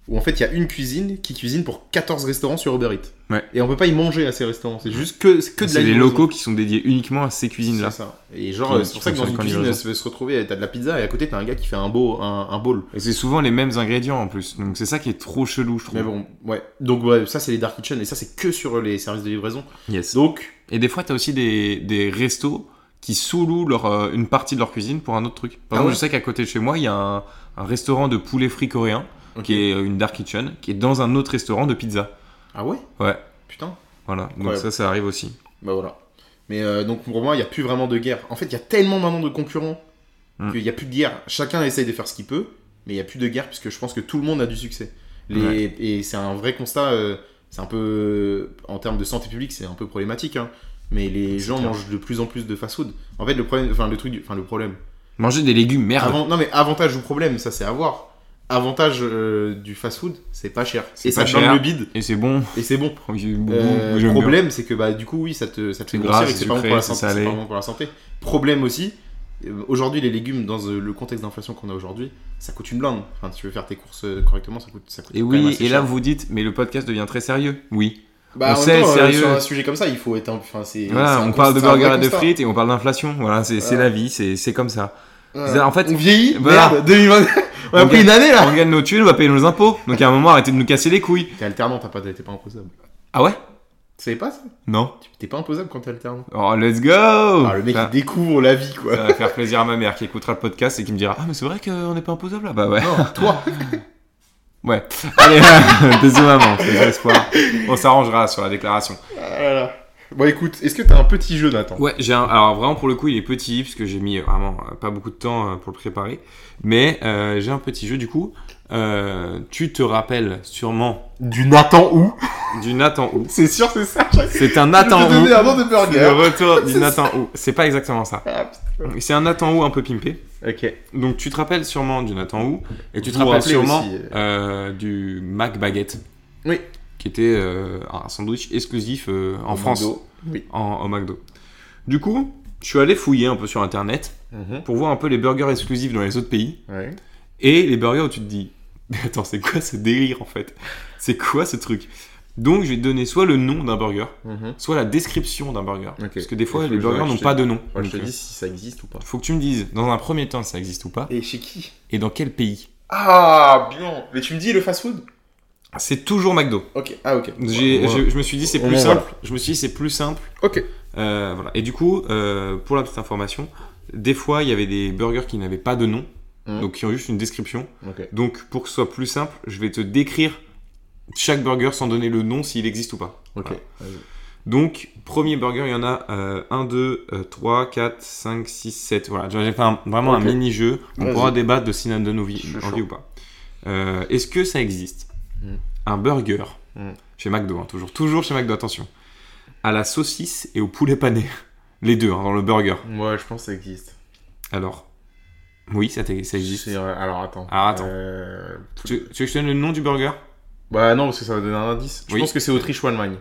Speaker 4: où en fait, il y a une cuisine qui cuisine pour 14 restaurants sur Uber Eats.
Speaker 3: Ouais.
Speaker 4: Et on peut pas y manger à ces restaurants, c'est juste que, c'est que de la
Speaker 3: C'est des
Speaker 4: livraison.
Speaker 3: locaux qui sont dédiés uniquement à ces cuisines-là.
Speaker 4: C'est ça. Et genre,
Speaker 3: Qui-
Speaker 4: euh, c'est
Speaker 3: qui
Speaker 4: pour ça que dans
Speaker 3: fonctionnent
Speaker 4: une
Speaker 3: qu'en
Speaker 4: cuisine,
Speaker 3: livraison.
Speaker 4: ça peut se retrouver, t'as de la pizza et à côté, t'as un gars qui fait un, beau, un, un bowl.
Speaker 3: Et c'est souvent les mêmes ingrédients en plus. Donc c'est ça qui est trop chelou, je trouve.
Speaker 4: Mais bon, ouais. Donc, ouais, ça, c'est les Dark Kitchen, et ça, c'est que sur les services de livraison.
Speaker 3: Yes.
Speaker 4: Donc,
Speaker 3: Et des fois, t'as aussi des, des restos qui sous-louent leur, euh, une partie de leur cuisine pour un autre truc. Par
Speaker 4: Ah
Speaker 3: exemple,
Speaker 4: ouais
Speaker 3: je sais qu'à côté de chez moi, il y a un, un restaurant de poulet frit coréen, qui est euh, une dark kitchen, qui est dans un autre restaurant de pizza.
Speaker 4: Ah ouais
Speaker 3: Ouais.
Speaker 4: Putain.
Speaker 3: Voilà. Donc
Speaker 4: Incroyable.
Speaker 3: ça, ça arrive aussi.
Speaker 4: Bah voilà. Mais euh, donc pour moi, il n'y a plus vraiment de guerre. En fait, il y a tellement maintenant de concurrents
Speaker 3: Mm.
Speaker 4: qu'il n'y a plus de guerre. Chacun essaye de faire ce qu'il peut, mais il n'y a plus de guerre puisque je pense que tout le monde a du succès. Les...
Speaker 3: Ouais.
Speaker 4: Et c'est un vrai constat. euh, c'est un peu. En termes de santé publique, c'est un peu problématique. hein. Mais les gens
Speaker 3: clair.
Speaker 4: mangent de plus en plus de fast-food. En fait, le problème. Enfin, le truc. du- Enfin, le problème.
Speaker 3: Manger des légumes, merde.
Speaker 4: Avant- Non, mais avantage ou problème, ça c'est à voir. Avantage euh, du fast-food, c'est pas cher.
Speaker 3: C'est
Speaker 4: Et ça
Speaker 3: pas
Speaker 4: donne
Speaker 3: cher.
Speaker 4: le bide.
Speaker 3: Et c'est bon.
Speaker 4: Et c'est bon.
Speaker 3: Le
Speaker 4: Euh, problème, c'est que bah, du coup, oui, ça te, ça te fait
Speaker 3: C'est
Speaker 4: grossir
Speaker 3: gras,
Speaker 4: et que
Speaker 3: c'est
Speaker 4: c'est pas bon
Speaker 3: sucré,
Speaker 4: pour la
Speaker 3: c'est
Speaker 4: santé.
Speaker 3: salé.
Speaker 4: c'est pas bon pour la santé. Problème aussi, euh, aujourd'hui, les légumes, dans euh, le contexte d'inflation qu'on a aujourd'hui, ça coûte une blinde. Enfin, tu veux faire tes courses euh, correctement, ça coûte, ça coûte
Speaker 3: Et
Speaker 4: quand même
Speaker 3: oui,
Speaker 4: assez
Speaker 3: et là
Speaker 4: cher.
Speaker 3: vous dites, mais le podcast devient très sérieux. Oui.
Speaker 4: Bah,
Speaker 3: on
Speaker 4: en même
Speaker 3: sait,
Speaker 4: temps, euh,
Speaker 3: sérieux.
Speaker 4: sur un sujet comme ça, il faut être un. Enfin, c'est.
Speaker 3: Voilà,
Speaker 4: c'est un
Speaker 3: on parle de
Speaker 4: constat, un
Speaker 3: burgers
Speaker 4: vrai
Speaker 3: et de
Speaker 4: constat.
Speaker 3: frites et on parle d'inflation. Voilà, c'est c'est
Speaker 4: Voilà.
Speaker 3: la vie, c'est c'est comme ça.
Speaker 4: Voilà.
Speaker 3: C'est- en fait,
Speaker 4: on vieillit,
Speaker 3: voilà. (laughs)
Speaker 4: merde, 2020. On a
Speaker 3: On
Speaker 4: pris une année là.
Speaker 3: on gagne nos thunes, on va payer nos impôts. Donc à un moment, arrêtez de nous casser les couilles.
Speaker 4: T'es alternant, t'as pas, t'es pas imposable.
Speaker 3: Ah ouais
Speaker 4: Tu savais pas ça
Speaker 3: Non.
Speaker 4: Tu- T'es pas imposable quand t'es alternant.
Speaker 3: Oh, let's go
Speaker 4: Ah, le mec,
Speaker 3: ça,
Speaker 4: il découvre la vie quoi.
Speaker 3: ça va faire plaisir à ma mère qui écoutera le podcast et qui me dira Ah, mais c'est vrai qu'on n'est pas imposable là Bah ouais.
Speaker 4: Non, toi.
Speaker 3: Ouais. (laughs) Allez, désolé (laughs) maman, c'est des espoirs. On s'arrangera sur la déclaration.
Speaker 4: (laughs) Ah là là. Bon, écoute, est-ce que t'as un petit jeu, Nathan
Speaker 3: Ouais, j'ai un... alors vraiment pour le coup il est petit parce que j'ai mis euh, vraiment euh, pas beaucoup de temps euh, pour le préparer, mais euh, j'ai un petit jeu du coup. Euh, tu te rappelles sûrement
Speaker 4: Du Nathan où
Speaker 3: du Nathan Hou.
Speaker 4: C'est sûr, c'est ça.
Speaker 3: C'est un Nathan
Speaker 4: Nathan Je vais te
Speaker 3: Hou.
Speaker 4: donner un nom de
Speaker 3: C'est le
Speaker 4: burger.
Speaker 3: retour du
Speaker 4: (laughs) C'est
Speaker 3: Nathan Hou. C'est pas exactement ça.
Speaker 4: Ah, putain.
Speaker 3: C'est un Nathan Hou un peu pimpé.
Speaker 4: ok.
Speaker 3: Donc tu te rappelles sûrement du Nathan Hou et tu te
Speaker 4: Vous vous
Speaker 3: rappelles
Speaker 4: rappelez
Speaker 3: sûrement
Speaker 4: aussi, euh,
Speaker 3: euh, du Mac Baguette.
Speaker 4: Oui.
Speaker 3: Qui était euh, un sandwich exclusif euh, en France,
Speaker 4: Oui.
Speaker 3: en- au McDo. Du coup, je suis allé fouiller un peu sur internet.
Speaker 4: Mhm.
Speaker 3: pour voir un peu les burgers exclusifs dans les autres pays
Speaker 4: Ouais.
Speaker 3: et les burgers où tu te dis (laughs) mais attends c'est quoi ce délire en fait c'est quoi ce truc donc je vais te donner soit le nom d'un burger soit la description d'un burger
Speaker 4: Ok.
Speaker 3: parce que des fois
Speaker 4: Il faut
Speaker 3: les
Speaker 4: que je-
Speaker 3: burgers
Speaker 4: je
Speaker 3: n'ont
Speaker 4: te-
Speaker 3: pas de nom
Speaker 4: Moi, je
Speaker 3: Donc,
Speaker 4: te
Speaker 3: euh,
Speaker 4: dis si ça existe ou pas.
Speaker 3: faut que tu me dises dans un premier temps si ça existe ou pas
Speaker 4: Et chez qui
Speaker 3: et dans quel pays
Speaker 4: Ah, bien. Mais tu me dis le fast-food
Speaker 3: c'est toujours McDo
Speaker 4: Ok. Ah, ok.
Speaker 3: J'ai-
Speaker 4: Voilà.
Speaker 3: je- je me suis dit c'est
Speaker 4: Au
Speaker 3: plus
Speaker 4: moins, voilà.
Speaker 3: simple je me suis dit c'est plus simple
Speaker 4: Ok.
Speaker 3: Euh, voilà. Et du coup, euh, pour la petite information, des fois, il y avait des burgers qui n'avaient pas de nom,
Speaker 4: Mhm.
Speaker 3: donc qui ont juste une description.
Speaker 4: Ok.
Speaker 3: Donc, pour que ce soit plus simple, je vais te décrire chaque burger sans donner le nom s'il existe ou pas.
Speaker 4: Ok.
Speaker 3: Voilà. Donc, premier burger, il y en a euh, 1, 2, 3, 4, 5, 6, 7. Voilà, j'ai fait un- vraiment
Speaker 4: Ok.
Speaker 3: un mini-jeu. On
Speaker 4: Vas-y.
Speaker 3: pourra débattre de si ça donne
Speaker 4: Je
Speaker 3: envie,
Speaker 4: suis
Speaker 3: envie
Speaker 4: chaud.
Speaker 3: ou pas. Euh, Est-ce que ça existe
Speaker 4: Mhm.
Speaker 3: Un burger
Speaker 4: Mhm.
Speaker 3: chez McDo, hein, toujours, toujours chez McDo, attention. À la saucisse et au poulet pané. Les deux, hein, dans le burger.
Speaker 4: Moi, je pense que ça existe.
Speaker 3: Alors, Oui, ça, t'est- ça existe.
Speaker 4: C'est- Alors attends.
Speaker 3: Alors, attends.
Speaker 4: Euh,
Speaker 3: Tu, tu veux que je te donne le nom du burger
Speaker 4: Bah non, parce que ça va donner un indice. Je
Speaker 3: Oui.
Speaker 4: pense que c'est Autriche ou Allemagne.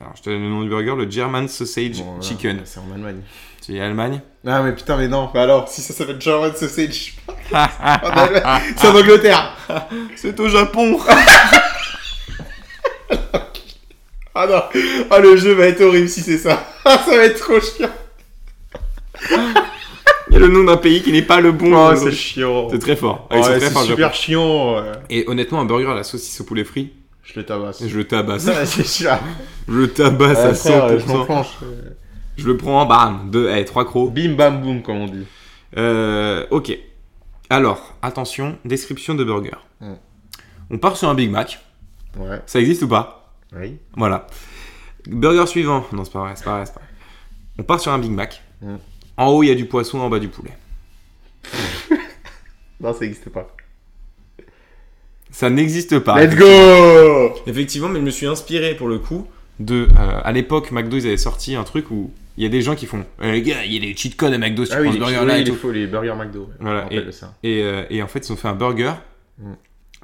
Speaker 3: Alors, je te donne le nom du burger, le German Sausage
Speaker 4: Bon, voilà,
Speaker 3: Chicken.
Speaker 4: C'est en Allemagne.
Speaker 3: Tu dis Allemagne
Speaker 4: Ah mais putain, mais non. Bah alors, si ça s'appelle German
Speaker 3: (laughs)
Speaker 4: Sausage, en Allemagne, c'est en Angleterre.
Speaker 3: C'est au Japon
Speaker 4: (laughs) Ah non. Ah le jeu va être horrible si c'est ça. (laughs) Ah, ça va être trop chiant.
Speaker 3: Il y a le nom d'un pays qui n'est pas le bon.
Speaker 4: Oh,
Speaker 3: nom.
Speaker 4: c'est chiant.
Speaker 3: C'est très fort. Ah
Speaker 4: Ouais,
Speaker 3: oui, c'est très
Speaker 4: c'est
Speaker 3: fort, le Japon.
Speaker 4: super chiant. euh,
Speaker 3: Et honnêtement, un burger à la saucisse au poulet frit,
Speaker 4: Je le tabasse.
Speaker 3: je Ah, le tabasse.
Speaker 4: (laughs) Ça, c'est chiant.
Speaker 3: je le tabasse à
Speaker 4: Ouais, frère,
Speaker 3: 100%.
Speaker 4: je m'enclenche.
Speaker 3: Je le prends en bam, deux, eh, trois crocs.
Speaker 4: Bim bam boum, comme on dit.
Speaker 3: Euh, ok. Alors, attention, description de burger.
Speaker 4: Mm.
Speaker 3: On part sur un Big Mac.
Speaker 4: Ouais.
Speaker 3: Ça existe ou pas
Speaker 4: Oui.
Speaker 3: Voilà. Burger suivant. Non, c'est pas vrai, c'est pas vrai, c'est pas vrai. On part sur un Big Mac.
Speaker 4: Mm.
Speaker 3: En haut, il y a du poisson, en bas du poulet.
Speaker 4: Non, ça n'existe pas.
Speaker 3: Ça n'existe pas.
Speaker 4: Let's go
Speaker 3: Effectivement, mais je me suis inspiré pour le coup de. euh, à l'époque, McDo, ils avaient sorti un truc où il y a des gens qui font Eh, Les gars, il y a des cheat codes à McDo, si
Speaker 4: Ah
Speaker 3: tu prends ce burger là et
Speaker 4: il
Speaker 3: tout.
Speaker 4: faut les burgers McDo.
Speaker 3: Voilà,
Speaker 4: Je me rappelle
Speaker 3: et-
Speaker 4: de ça.
Speaker 3: Et, euh, et en fait, ils ont fait un burger,
Speaker 4: Mm.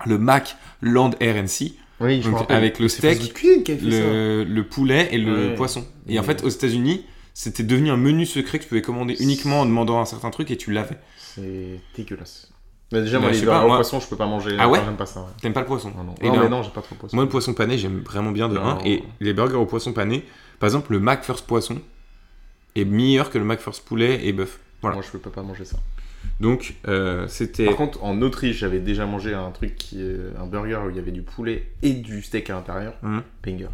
Speaker 3: le Mac Land RNC,
Speaker 4: Oui,
Speaker 3: donc avec le steak, le, le poulet et le
Speaker 4: Ouais.
Speaker 3: poisson. Et en
Speaker 4: Mm.
Speaker 3: fait, aux États-Unis, c'était devenu un menu secret que tu pouvais commander uniquement en demandant un certain truc et tu l'avais.
Speaker 4: C'est dégueulasse. Mais déjà,
Speaker 3: Bah,
Speaker 4: moi,
Speaker 3: je
Speaker 4: les
Speaker 3: sais pas,
Speaker 4: burgers
Speaker 3: moi-
Speaker 4: au poisson, je peux pas manger.
Speaker 3: Ah ouais
Speaker 4: J'aime pas ça. ouais.
Speaker 3: T'aimes pas le poisson
Speaker 4: Non, non.
Speaker 3: Et
Speaker 4: Non,
Speaker 3: ben,
Speaker 4: mais non, j'ai pas trop de poisson.
Speaker 3: Moi, le poisson pané, j'aime vraiment bien de
Speaker 4: Non.
Speaker 3: 1. Et les burgers au poisson pané, par exemple, le Mac First Poisson est meilleur que le Mac First Poulet et bœuf. voilà.
Speaker 4: Moi, je peux pas- pas manger ça.
Speaker 3: Donc, euh, c'était.
Speaker 4: Par contre, en Autriche, j'avais déjà mangé un truc qui est un burger où il y avait du poulet et du steak à l'intérieur.
Speaker 3: Mhm.
Speaker 4: Banger.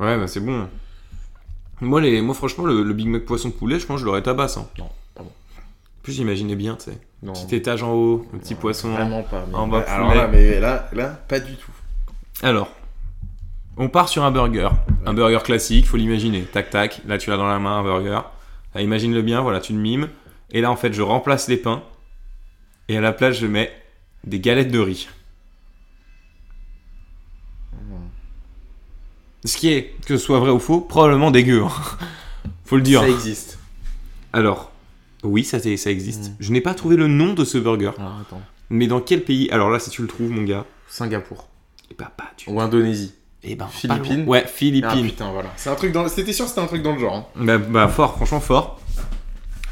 Speaker 3: Ouais, bah c'est bon. Moi, les... Moi franchement, le, le Big Mac Poisson Poulet, je pense que je l'aurais tabasse. hein.
Speaker 4: Non, pas bon.
Speaker 3: En plus, j'imaginais bien, tu sais.
Speaker 4: Non, Ah,
Speaker 3: Petit étage en haut, un petit poisson.
Speaker 4: Vraiment pas. mais-
Speaker 3: en bas,
Speaker 4: Alors
Speaker 3: poulet.
Speaker 4: là, mais là, là, pas du tout.
Speaker 3: Alors, on part sur un burger. Un burger classique, faut l'imaginer. Tac, tac. Là, tu as dans la main un burger. Ah, Imagine-le bien, voilà, tu le mimes. Et là, en fait, je remplace les pains. Et à la place, je mets des galettes de riz. Ce qui est, que ce soit vrai ou faux, probablement dégueu. hein. (laughs) Faut le dire.
Speaker 4: Ça existe.
Speaker 3: Alors, oui, ça, c'est- ça existe.
Speaker 4: Mm.
Speaker 3: Je n'ai pas trouvé le nom de ce burger.
Speaker 4: Alors attends.
Speaker 3: Mais dans quel pays Alors là, si tu le trouves, mon gars.
Speaker 4: Singapour.
Speaker 3: Eh ben, pas du
Speaker 4: Ou Indonésie.
Speaker 3: Eh ben, pas
Speaker 4: Oh. Philippines.
Speaker 3: loin. Ouais,
Speaker 4: Ah
Speaker 3: Philippines.
Speaker 4: putain, voilà. C'est un truc dans. C'était sûr, que c'était un truc dans le genre. hein.
Speaker 3: Bah, bah, fort, franchement fort.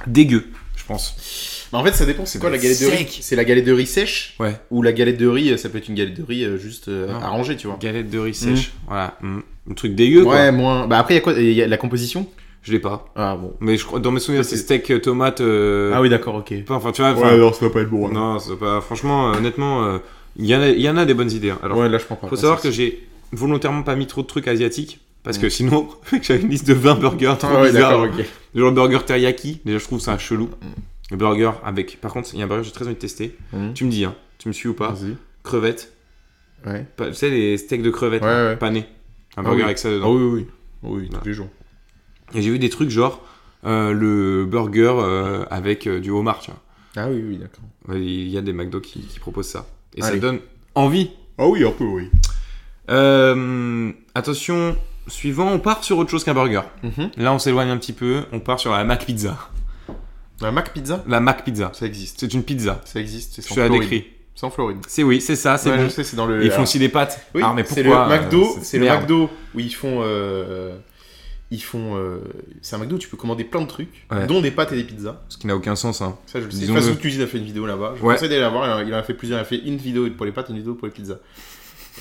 Speaker 3: Dégueu, je pense.
Speaker 4: Bah, en fait, ça dépend. C'est quoi la galette de riz
Speaker 3: Sec.
Speaker 4: C'est la galette de riz sèche
Speaker 3: Ouais.
Speaker 4: Ou la galette de riz, euh, ça peut être une galette de riz euh, juste euh,
Speaker 3: Non.
Speaker 4: arrangée, tu vois.
Speaker 3: Galette de riz
Speaker 4: sèche.
Speaker 3: Voilà. mm. Un truc dégueu,
Speaker 4: Ouais,
Speaker 3: quoi.
Speaker 4: moins. Bah après, il y a quoi Il y a la composition
Speaker 3: Je l'ai pas.
Speaker 4: Ah bon.
Speaker 3: Mais je crois, dans mes souvenirs,
Speaker 4: Ça,
Speaker 3: c'est
Speaker 4: c'est-
Speaker 3: steak, euh, tomate. euh,
Speaker 4: Ah oui, d'accord, ok.
Speaker 3: pas- Enfin, tu vois. enfin,
Speaker 4: non, ça va pas être bon. hein.
Speaker 3: non, c'est pas. Franchement, euh, honnêtement, euh, il y, en a- il y en a des bonnes idées. hein. Alors,
Speaker 4: ouais, là, je prends pas.
Speaker 3: faut savoir que j'ai volontairement pas mis trop de trucs asiatiques. Parce
Speaker 4: Mmh.
Speaker 3: que sinon, (laughs) j'avais une liste de 20 burgers trop
Speaker 4: Ah ouais,
Speaker 3: bizarres.
Speaker 4: d'accord, ok.
Speaker 3: Genre le burger teriyaki, déjà je trouve ça chelou.
Speaker 4: Mm.
Speaker 3: Le burger avec. Par contre, il y a un burger que j'ai très envie de tester.
Speaker 4: Mhm.
Speaker 3: Tu me dis, hein, tu me suis ou pas
Speaker 4: Vas-y.
Speaker 3: Crevettes.
Speaker 4: Ouais.
Speaker 3: Pas- Tu sais, les steaks de crevettes
Speaker 4: Ouais,
Speaker 3: là,
Speaker 4: ouais.
Speaker 3: panés. Un
Speaker 4: Ah
Speaker 3: burger
Speaker 4: oui.
Speaker 3: avec ça dedans.
Speaker 4: Ah oui, oui. Oui,
Speaker 3: Voilà.
Speaker 4: tous les jours.
Speaker 3: Et j'ai vu des trucs genre euh, le burger euh, avec euh, du homard, tu vois.
Speaker 4: Ah oui, oui, d'accord.
Speaker 3: Ouais, Il y a des McDo qui, qui proposent ça. Et ça
Speaker 4: Allez.
Speaker 3: donne envie.
Speaker 4: Ah oui, un peu, oui.
Speaker 3: Euh, attention, suivant, on part sur autre chose qu'un burger.
Speaker 4: Mhm.
Speaker 3: Là, on s'éloigne un petit peu, on part sur la Mac Pizza.
Speaker 4: La Mac Pizza
Speaker 3: La Mac Pizza.
Speaker 4: Ça existe.
Speaker 3: C'est une pizza.
Speaker 4: Ça existe. C'est
Speaker 3: Je
Speaker 4: sans
Speaker 3: te la
Speaker 4: Floride.
Speaker 3: décris.
Speaker 4: C'est en Floride.
Speaker 3: C'est oui, c'est ça, c'est
Speaker 4: Ouais,
Speaker 3: bon.
Speaker 4: je sais, c'est dans le.
Speaker 3: Et ils font
Speaker 4: alors-
Speaker 3: aussi des pâtes.
Speaker 4: Oui,
Speaker 3: Ah, mais
Speaker 4: c'est le
Speaker 3: pourquoi, euh,
Speaker 4: McDo,
Speaker 3: cette
Speaker 4: c'est le
Speaker 3: merde
Speaker 4: McDo où ils font. euh, ils font. euh, c'est un McDo où tu peux commander plein de trucs,
Speaker 3: Ouais.
Speaker 4: dont des pâtes et des pizzas.
Speaker 3: Ce qui n'a aucun sens. Hein.
Speaker 4: Ça, je le sais.
Speaker 3: Disons-le.
Speaker 4: Fast Food Cuisine a fait une vidéo là-bas. Je vous
Speaker 3: Ouais.
Speaker 4: conseille d'aller la voir. Il en a- Il en a fait plusieurs. Il a fait une vidéo pour les pâtes, une vidéo pour les pizzas.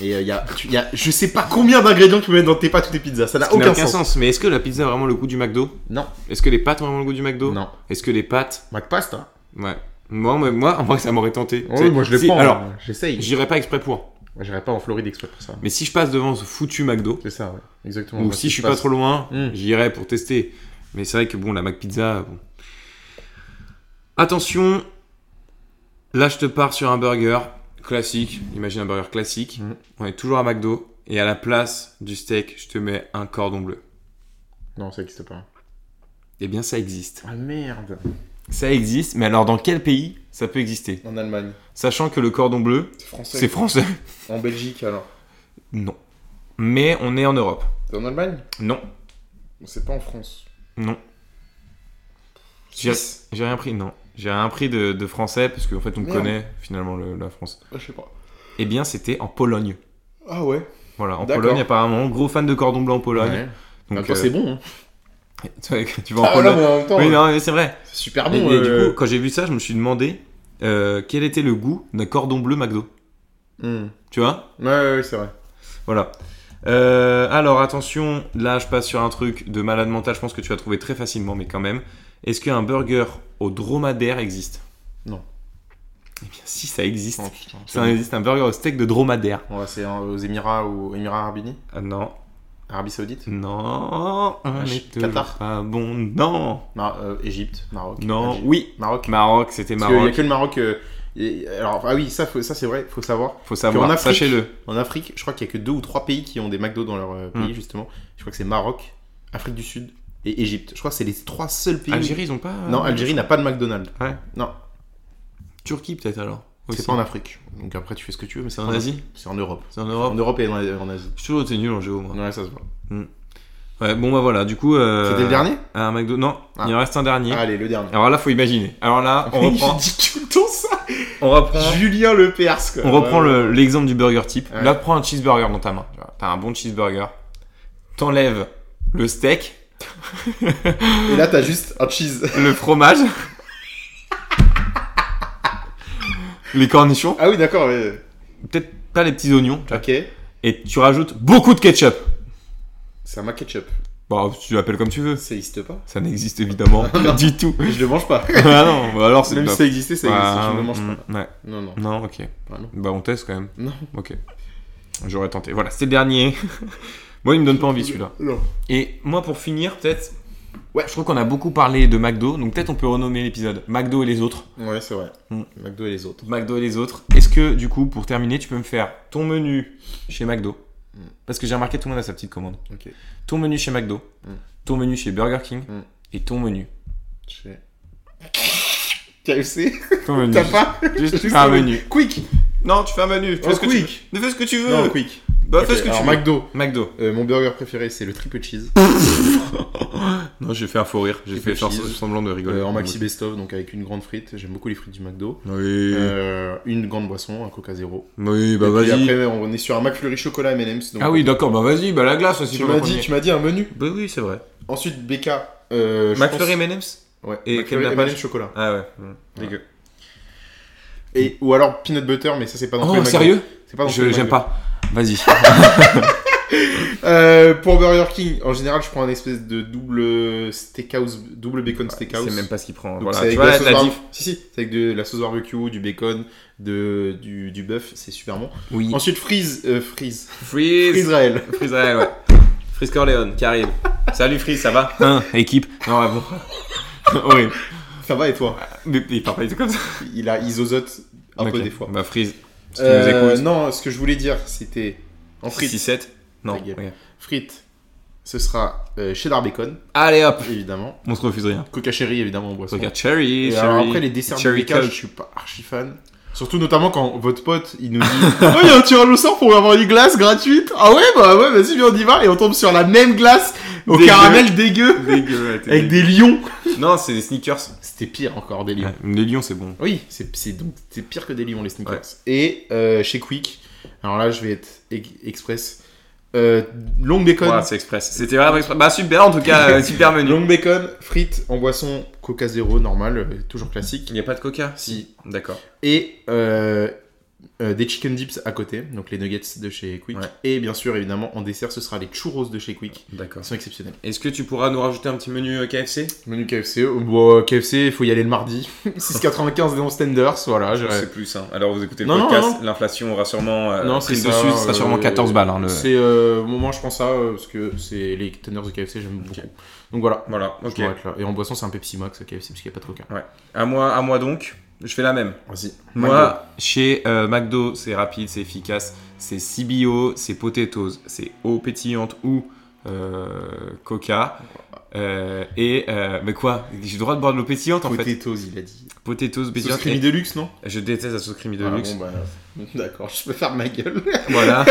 Speaker 4: Et euh, il y, a, tu- il y a. Je sais pas combien d'ingrédients tu peux mettre dans tes pâtes ou tes pizzas. Ça n'a
Speaker 3: Ce qui
Speaker 4: aucun, sens.
Speaker 3: Mais est-ce que la pizza a vraiment le goût du McDo
Speaker 4: Non.
Speaker 3: Est-ce que les pâtes ont vraiment le goût du McDo
Speaker 4: Non. hein.
Speaker 3: Est-ce que les pâtes
Speaker 4: McPasta
Speaker 3: Ouais. Moi, moi, moi, en vrai, ça m'aurait tenté.
Speaker 4: Oui,
Speaker 3: C'est-
Speaker 4: moi je le
Speaker 3: si-
Speaker 4: prends. hein.
Speaker 3: Alors,
Speaker 4: j'essaye.
Speaker 3: j'irai pas exprès pour.
Speaker 4: Moi, J'irai pas en Floride exprès pour ça.
Speaker 3: Mais si je passe devant ce foutu McDo,
Speaker 4: C'est ça, ouais. Exactement.
Speaker 3: ou
Speaker 4: Bah,
Speaker 3: si je suis
Speaker 4: passe-
Speaker 3: pas trop loin,
Speaker 4: Mm.
Speaker 3: j'irai pour tester. Mais c'est vrai que bon, la McPizza. Bon. Attention, là je te pars sur un burger classique. Imagine un burger classique.
Speaker 4: Mm.
Speaker 3: On est toujours à McDo. Et à la place du steak, je te mets un cordon bleu.
Speaker 4: Non, ça existe pas.
Speaker 3: Eh bien, ça existe.
Speaker 4: Ah merde.
Speaker 3: Ça existe, mais alors dans quel pays ça peut exister
Speaker 4: En Allemagne.
Speaker 3: Sachant que le cordon bleu,
Speaker 4: C'est français.
Speaker 3: c'est français.
Speaker 4: En Belgique alors.
Speaker 3: Non. Mais on est en Europe.
Speaker 4: C'est en Allemagne
Speaker 3: Non.
Speaker 4: C'est pas en France.
Speaker 3: Non. J'ai j'ai rien pris, non. J'ai rien appris de, de français parce qu'en fait on
Speaker 4: Merde.
Speaker 3: connaît finalement le- la France.
Speaker 4: Ah, je sais pas.
Speaker 3: Eh bien c'était en Pologne.
Speaker 4: Ah ouais.
Speaker 3: Voilà, en
Speaker 4: D'accord.
Speaker 3: Pologne apparemment, gros fan de cordon blanc en Pologne.
Speaker 4: En même
Speaker 3: Donc
Speaker 4: temps,
Speaker 3: euh, (laughs)
Speaker 4: c'est bon. hein.
Speaker 3: ouais, tu vas en
Speaker 4: Ah, non,
Speaker 3: Pologne.
Speaker 4: mais en même temps,
Speaker 3: oui
Speaker 4: euh,
Speaker 3: non mais c'est vrai.
Speaker 4: c'est super
Speaker 3: Et-
Speaker 4: bon.
Speaker 3: et,
Speaker 4: euh,
Speaker 3: du coup quand j'ai vu ça je me suis demandé euh, quel était le goût d'un cordon bleu McDo.
Speaker 4: hmm.
Speaker 3: Tu vois
Speaker 4: Ouais, ouais, ouais, c'est vrai.
Speaker 3: Oh, Voilà. Euh, alors attention, là je passe sur un truc de malade mental, je pense que tu vas trouver très facilement, mais quand même. Est-ce qu'un burger au dromadaire existe
Speaker 4: Non.
Speaker 3: Eh bien si, ça existe.
Speaker 4: Oh, putain, c'est
Speaker 3: Ça existe, un burger au steak de dromadaire.
Speaker 4: bon. Ouais, c'est euh, aux Émirats ou aux Émirats Arabes Unis,
Speaker 3: Ah non,
Speaker 4: Arabie
Speaker 3: Hmm.
Speaker 4: Saoudite,
Speaker 3: non, on
Speaker 4: Vache,
Speaker 3: est toujours
Speaker 4: Ah, Qatar.
Speaker 3: pas bon. Non,
Speaker 4: Mar- euh, Égypte, Maroc.
Speaker 3: non,
Speaker 4: Algérie,
Speaker 3: oui.
Speaker 4: Maroc.
Speaker 3: Maroc, c'était
Speaker 4: Parce qu'il n'y a
Speaker 3: Maroc.
Speaker 4: que le Maroc. euh, et- alors, ah oui, ça, faut- ça c'est vrai, faut savoir.
Speaker 3: Faut
Speaker 4: qu'en
Speaker 3: savoir,
Speaker 4: Afrique-
Speaker 3: sachez-le.
Speaker 4: En Afrique, je crois qu'il n'y a que deux ou trois pays qui ont des McDo dans leur euh,
Speaker 3: Hmm.
Speaker 4: pays, justement. Je crois que c'est Maroc, Afrique du Sud et Égypte. Je crois que c'est les trois seuls pays.
Speaker 3: Algérie, ils ont pas.
Speaker 4: Non, Algérie n'a pas de McDonald's.
Speaker 3: Ouais.
Speaker 4: Non,
Speaker 3: Turquie peut-être alors.
Speaker 4: c'est
Speaker 3: Aussi.
Speaker 4: pas en Afrique. Donc après, tu fais ce que tu veux, mais c'est
Speaker 3: en Asie,
Speaker 4: C'est en Europe.
Speaker 3: c'est en
Speaker 4: En
Speaker 3: Europe.
Speaker 4: Europe et en, en Asie.
Speaker 3: Je suis toujours été nul en géo, moi.
Speaker 4: Ouais, ça se voit.
Speaker 3: Ouais, bon bah voilà, du coup. euh,
Speaker 4: C'était le dernier
Speaker 3: Un McDo, non,
Speaker 4: Ah.
Speaker 3: il en reste un dernier.
Speaker 4: Allez, le dernier.
Speaker 3: Alors là, faut imaginer. Alors là, on
Speaker 4: (laughs)
Speaker 3: reprend,
Speaker 4: dis tout le temps ça
Speaker 3: on reprend,
Speaker 4: Julien Lepers, quoi.
Speaker 3: on reprend le- l'exemple du burger type.
Speaker 4: Ouais.
Speaker 3: Là, prends un cheeseburger dans ta main. tu vois. T'as un bon cheeseburger. T'enlèves le steak,
Speaker 4: Et là, t'as juste un cheese.
Speaker 3: le fromage, (laughs) les cornichons,
Speaker 4: Ah oui, d'accord, ouais.
Speaker 3: peut-être pas les petits oignons, tu vois.
Speaker 4: Ok.
Speaker 3: et tu rajoutes beaucoup de ketchup.
Speaker 4: C'est un mac ketchup.
Speaker 3: Bon, tu l'appelles comme tu veux.
Speaker 4: Ça existe pas.
Speaker 3: Ça n'existe
Speaker 4: (laughs)
Speaker 3: évidemment pas du tout. (laughs)
Speaker 4: Je le mange pas.
Speaker 3: ah non, bah alors c'est
Speaker 4: Même
Speaker 3: pas-
Speaker 4: si ça existait, ça existe.
Speaker 3: Ah,
Speaker 4: Je ne le mange pas.
Speaker 3: mm, ouais.
Speaker 4: Non, non.
Speaker 3: Non, ok.
Speaker 4: Ah non.
Speaker 3: Bah on teste quand même.
Speaker 4: Non.
Speaker 3: Ok. J'aurais tenté. Voilà, c'est le dernier. (laughs) Moi, il me donne pas envie celui-là.
Speaker 4: Non.
Speaker 3: Et moi, pour finir, peut-être. Ouais, je trouve qu'on a beaucoup parlé de McDo, donc peut-être on peut renommer l'épisode McDo et les autres.
Speaker 4: Ouais, c'est vrai.
Speaker 3: Mm.
Speaker 4: McDo et les autres.
Speaker 3: McDo et les autres. Est-ce que, du coup, pour terminer, tu peux me faire ton menu chez McDo
Speaker 4: Mm.
Speaker 3: Parce que j'ai remarqué tout le monde a sa petite commande.
Speaker 4: Ok.
Speaker 3: Ton menu chez McDo,
Speaker 4: Mm.
Speaker 3: ton menu chez Burger King
Speaker 4: Mm.
Speaker 3: et ton menu.
Speaker 4: Chez.
Speaker 3: (laughs)
Speaker 4: KFC
Speaker 3: Ton menu.
Speaker 4: T'as pas
Speaker 3: Juste, tu
Speaker 4: Juste
Speaker 3: fais un
Speaker 4: le-
Speaker 3: menu.
Speaker 4: Quick
Speaker 3: Non, tu fais un menu. Tu fais
Speaker 4: Oh,
Speaker 3: ce que
Speaker 4: quick.
Speaker 3: tu veux. Fais ce que tu veux.
Speaker 4: Non, quick.
Speaker 3: Bah,
Speaker 4: Ok,
Speaker 3: fais ce que
Speaker 4: alors,
Speaker 3: tu veux. Mm.
Speaker 4: McDo.
Speaker 3: McDo.
Speaker 4: Euh, mon burger préféré, c'est le triple cheese.
Speaker 3: Non, j'ai fait un faux rire. J'ai
Speaker 4: Et
Speaker 3: fait
Speaker 4: puis
Speaker 3: faire
Speaker 4: cheese.
Speaker 3: semblant de rigoler.
Speaker 4: Euh, en maxi best-of, donc avec une grande frite. J'aime beaucoup les frites du McDo.
Speaker 3: Oui.
Speaker 4: Euh, une grande boisson, un coca zéro.
Speaker 3: oui, bah
Speaker 4: Et puis
Speaker 3: vas-y.
Speaker 4: après, on est sur un McFlurry chocolat M&M's. donc-
Speaker 3: Ah oui, d'accord, bah vas-y, bah la glace aussi.
Speaker 4: Tu
Speaker 3: pour le
Speaker 4: m'as dit,
Speaker 3: premier.
Speaker 4: tu m'as dit un menu.
Speaker 3: Bah oui, c'est vrai.
Speaker 4: Ensuite, BK. Euh, je
Speaker 3: McFlurry
Speaker 4: pense-
Speaker 3: M&M's
Speaker 4: Ouais.
Speaker 3: et
Speaker 4: McFlurry
Speaker 3: crème
Speaker 4: M&M's
Speaker 3: d'appâche.
Speaker 4: chocolat.
Speaker 3: Ah ouais. Dégueu.
Speaker 4: Et ou alors peanut butter, mais ça c'est pas dans tous les
Speaker 3: Oh,
Speaker 4: McDo.
Speaker 3: sérieux
Speaker 4: C'est pas dans tous
Speaker 3: Je
Speaker 4: les
Speaker 3: J'aime
Speaker 4: McDo.
Speaker 3: pas. Vas-y.
Speaker 4: Euh, pour Burger King, en général, je prends un espèce de double steakhouse, double bacon steakhouse.
Speaker 3: C'est même pas ce qu'il prend.
Speaker 4: Donc,
Speaker 3: Voilà,
Speaker 4: c'est
Speaker 3: tu
Speaker 4: avec
Speaker 3: vois,
Speaker 4: de la
Speaker 3: là,
Speaker 4: sauce
Speaker 3: t'as
Speaker 4: barbe-
Speaker 3: dit.
Speaker 4: Si, si, c'est avec de la sauce barbecue, du bacon, de, du, du bœuf, c'est super bon.
Speaker 3: Oui.
Speaker 4: Ensuite, Freeze, euh, Freeze,
Speaker 3: Freeze.
Speaker 4: Israël.
Speaker 3: Freeze, ouais, ouais. Freeze Corleone qui arrive. Salut Freeze, ça va Hein, équipe. Non, ouais, bon.
Speaker 4: (laughs)
Speaker 3: Horrible.
Speaker 4: Ça va et toi
Speaker 3: Mais mais il parle pas du tout comme ça.
Speaker 4: Il a isozote un peu
Speaker 3: Ok.
Speaker 4: des fois.
Speaker 3: Bah Freeze. Si tu
Speaker 4: Euh,
Speaker 3: nous écoutes.
Speaker 4: non, ce que je voulais dire, c'était en frites.
Speaker 3: 6-7. Non.
Speaker 4: Ta gueule.
Speaker 3: ouais.
Speaker 4: Frites, ce sera euh, cheddar bacon,
Speaker 3: Allez hop.
Speaker 4: évidemment.
Speaker 3: On se refuse rien.
Speaker 4: Coca cherry, évidemment, en boisson.
Speaker 3: Regarde, Cherry.
Speaker 4: Et alors
Speaker 3: cherry,
Speaker 4: après les desserts de
Speaker 3: cherry
Speaker 4: BK, je
Speaker 3: Coke.
Speaker 4: suis pas archi fan. Surtout notamment quand votre pote il nous dit (laughs) Oh, il y a un tirage au sort pour avoir une glace gratuite Ah ouais, bah ouais, vas-y, viens, on y va Et on tombe sur la même glace au
Speaker 3: Dégueu.
Speaker 4: caramel dégueu
Speaker 3: Dégueu, ouais, t'es
Speaker 4: (laughs) avec
Speaker 3: dégueu.
Speaker 4: des lions
Speaker 3: Non, c'est des sneakers.
Speaker 4: C'était pire encore, des lions.
Speaker 3: Ouais, Les lions, c'est bon.
Speaker 4: Oui, c'est c'est donc c'est pire que des lions les sneakers. Et euh, chez Quick, alors là je vais être e- express. Euh, long bacon,
Speaker 3: Ouah, c'est express. C'était vraiment express. Bah super en tout (laughs) cas, euh, super menu.
Speaker 4: long bacon, frites en boisson, coca zéro normal, euh, toujours classique.
Speaker 3: Il n'y a pas de coca
Speaker 4: Si
Speaker 3: D'accord.
Speaker 4: et euh, euh, des chicken dips à côté, donc les nuggets de chez Quick.
Speaker 3: Ouais.
Speaker 4: Et bien sûr, évidemment, en dessert, ce sera les churros de chez Quick.
Speaker 3: D'accord.
Speaker 4: Ils sont exceptionnels.
Speaker 3: Est-ce que tu pourras nous rajouter un petit menu euh, KFC
Speaker 4: Menu KFC, euh, bon, euh, KFC, il faut y aller le (laughs) mardi. 6,95 dans Standards, voilà.
Speaker 3: Je
Speaker 4: je-
Speaker 3: sais plus. hein. Alors vous écoutez le
Speaker 4: Non, non,
Speaker 3: podcast,
Speaker 4: non.
Speaker 3: l'inflation aura sûrement euh,
Speaker 4: Non,
Speaker 3: prise
Speaker 4: c'est ça,
Speaker 3: dessus, ce sera
Speaker 4: euh,
Speaker 3: sûrement 14 balles. hein, le-
Speaker 4: C'est euh, moi, moi, je prends ça euh, parce que c'est les teneurs de KFC, j'aime beaucoup. Donc voilà.
Speaker 3: Voilà,
Speaker 4: Je
Speaker 3: ok.
Speaker 4: m'arrête là. Et en boisson, c'est un Pepsi Max à KFC parce qu'il n'y a pas de coca.
Speaker 3: À moi, à moi donc, je fais la même.
Speaker 4: Vas-y.
Speaker 3: Moi, chez euh, McDo, c'est rapide, c'est efficace, c'est CBO, c'est potatoes, c'est eau pétillante ou euh, coca. Euh, et euh, mais quoi J'ai le droit de boire de l'eau pétillante en fait.
Speaker 4: Potatoes, il a dit.
Speaker 3: Potatoes,
Speaker 4: Sauce
Speaker 3: pétillante.
Speaker 4: creamy
Speaker 3: et-
Speaker 4: deluxe, non
Speaker 3: Je déteste la sauce creamy de
Speaker 4: Ah,
Speaker 3: luxe.
Speaker 4: bon, bah, (laughs) D'accord, je peux faire ma gueule. (laughs)
Speaker 3: Voilà.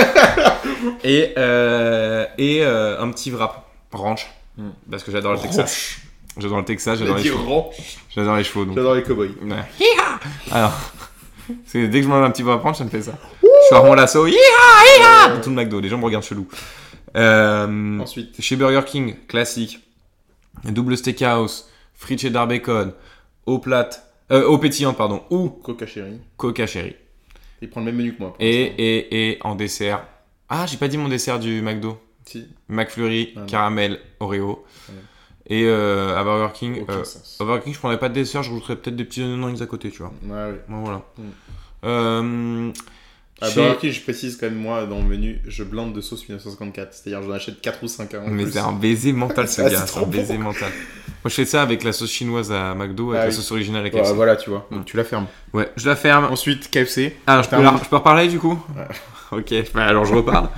Speaker 3: et euh, et euh, un petit wrap ranch.
Speaker 4: Mm. Hmm.
Speaker 3: Parce que j'adore le Texas. J'adore le Texas,
Speaker 4: Ah, J'adore
Speaker 3: j'adore les chevaux. J'adore les chevaux donc.
Speaker 4: J'adore les cowboys.
Speaker 3: Ouais. Alors, (laughs) parce que dès que je m'en ai un petit peu à prendre, ça me fait ça. Je suis Armand Lasso, hiha, hiha Dans tout le McDo, les gens me regardent chelou. Euh,
Speaker 4: Euh, Ensuite,
Speaker 3: chez Burger King, classique. Double steakhouse, frites cheddar bacon, au plate, euh, au pétillant, pardon, ou
Speaker 4: Coca Chérie.
Speaker 3: coca chéri.
Speaker 4: Il prend le même menu que moi. pour
Speaker 3: Et,
Speaker 4: l'instant.
Speaker 3: et, et en dessert. Ah, j'ai pas dit mon dessert du McDo.
Speaker 4: Si,
Speaker 3: McFlurry,
Speaker 4: Ah non.
Speaker 3: caramel, Oreo.
Speaker 4: Ouais.
Speaker 3: Et euh, à Burger King,
Speaker 4: aucun
Speaker 3: euh,
Speaker 4: sens.
Speaker 3: à Burger King, je prendrais pas de dessert, je rajouterais peut-être des petits onion rings à côté, tu vois.
Speaker 4: Ouais, ouais.
Speaker 3: Bon, voilà.
Speaker 4: Mm.
Speaker 3: Euh,
Speaker 4: Ah,
Speaker 3: chez-
Speaker 4: Burger King, je précise quand même, moi, dans le menu, je blinde de sauce 1954. C'est-à-dire, j'en achète 4 ou 5 en
Speaker 3: Mais
Speaker 4: plus.
Speaker 3: c'est un baiser mental ce
Speaker 4: Ah,
Speaker 3: gars,
Speaker 4: c'est
Speaker 3: c'est un
Speaker 4: trop bon.
Speaker 3: baiser mental. Moi je fais ça avec la sauce chinoise à McDo, avec
Speaker 4: Ah
Speaker 3: la
Speaker 4: oui.
Speaker 3: sauce originale à
Speaker 4: Voilà,
Speaker 3: KFC.
Speaker 4: voilà, tu vois. Donc, tu la fermes.
Speaker 3: Ouais, je la ferme.
Speaker 4: Ensuite, KFC.
Speaker 3: Ah, je peux,
Speaker 4: Ferme.
Speaker 3: la- je peux reparler du coup (laughs) Ok, bah, alors je reparle.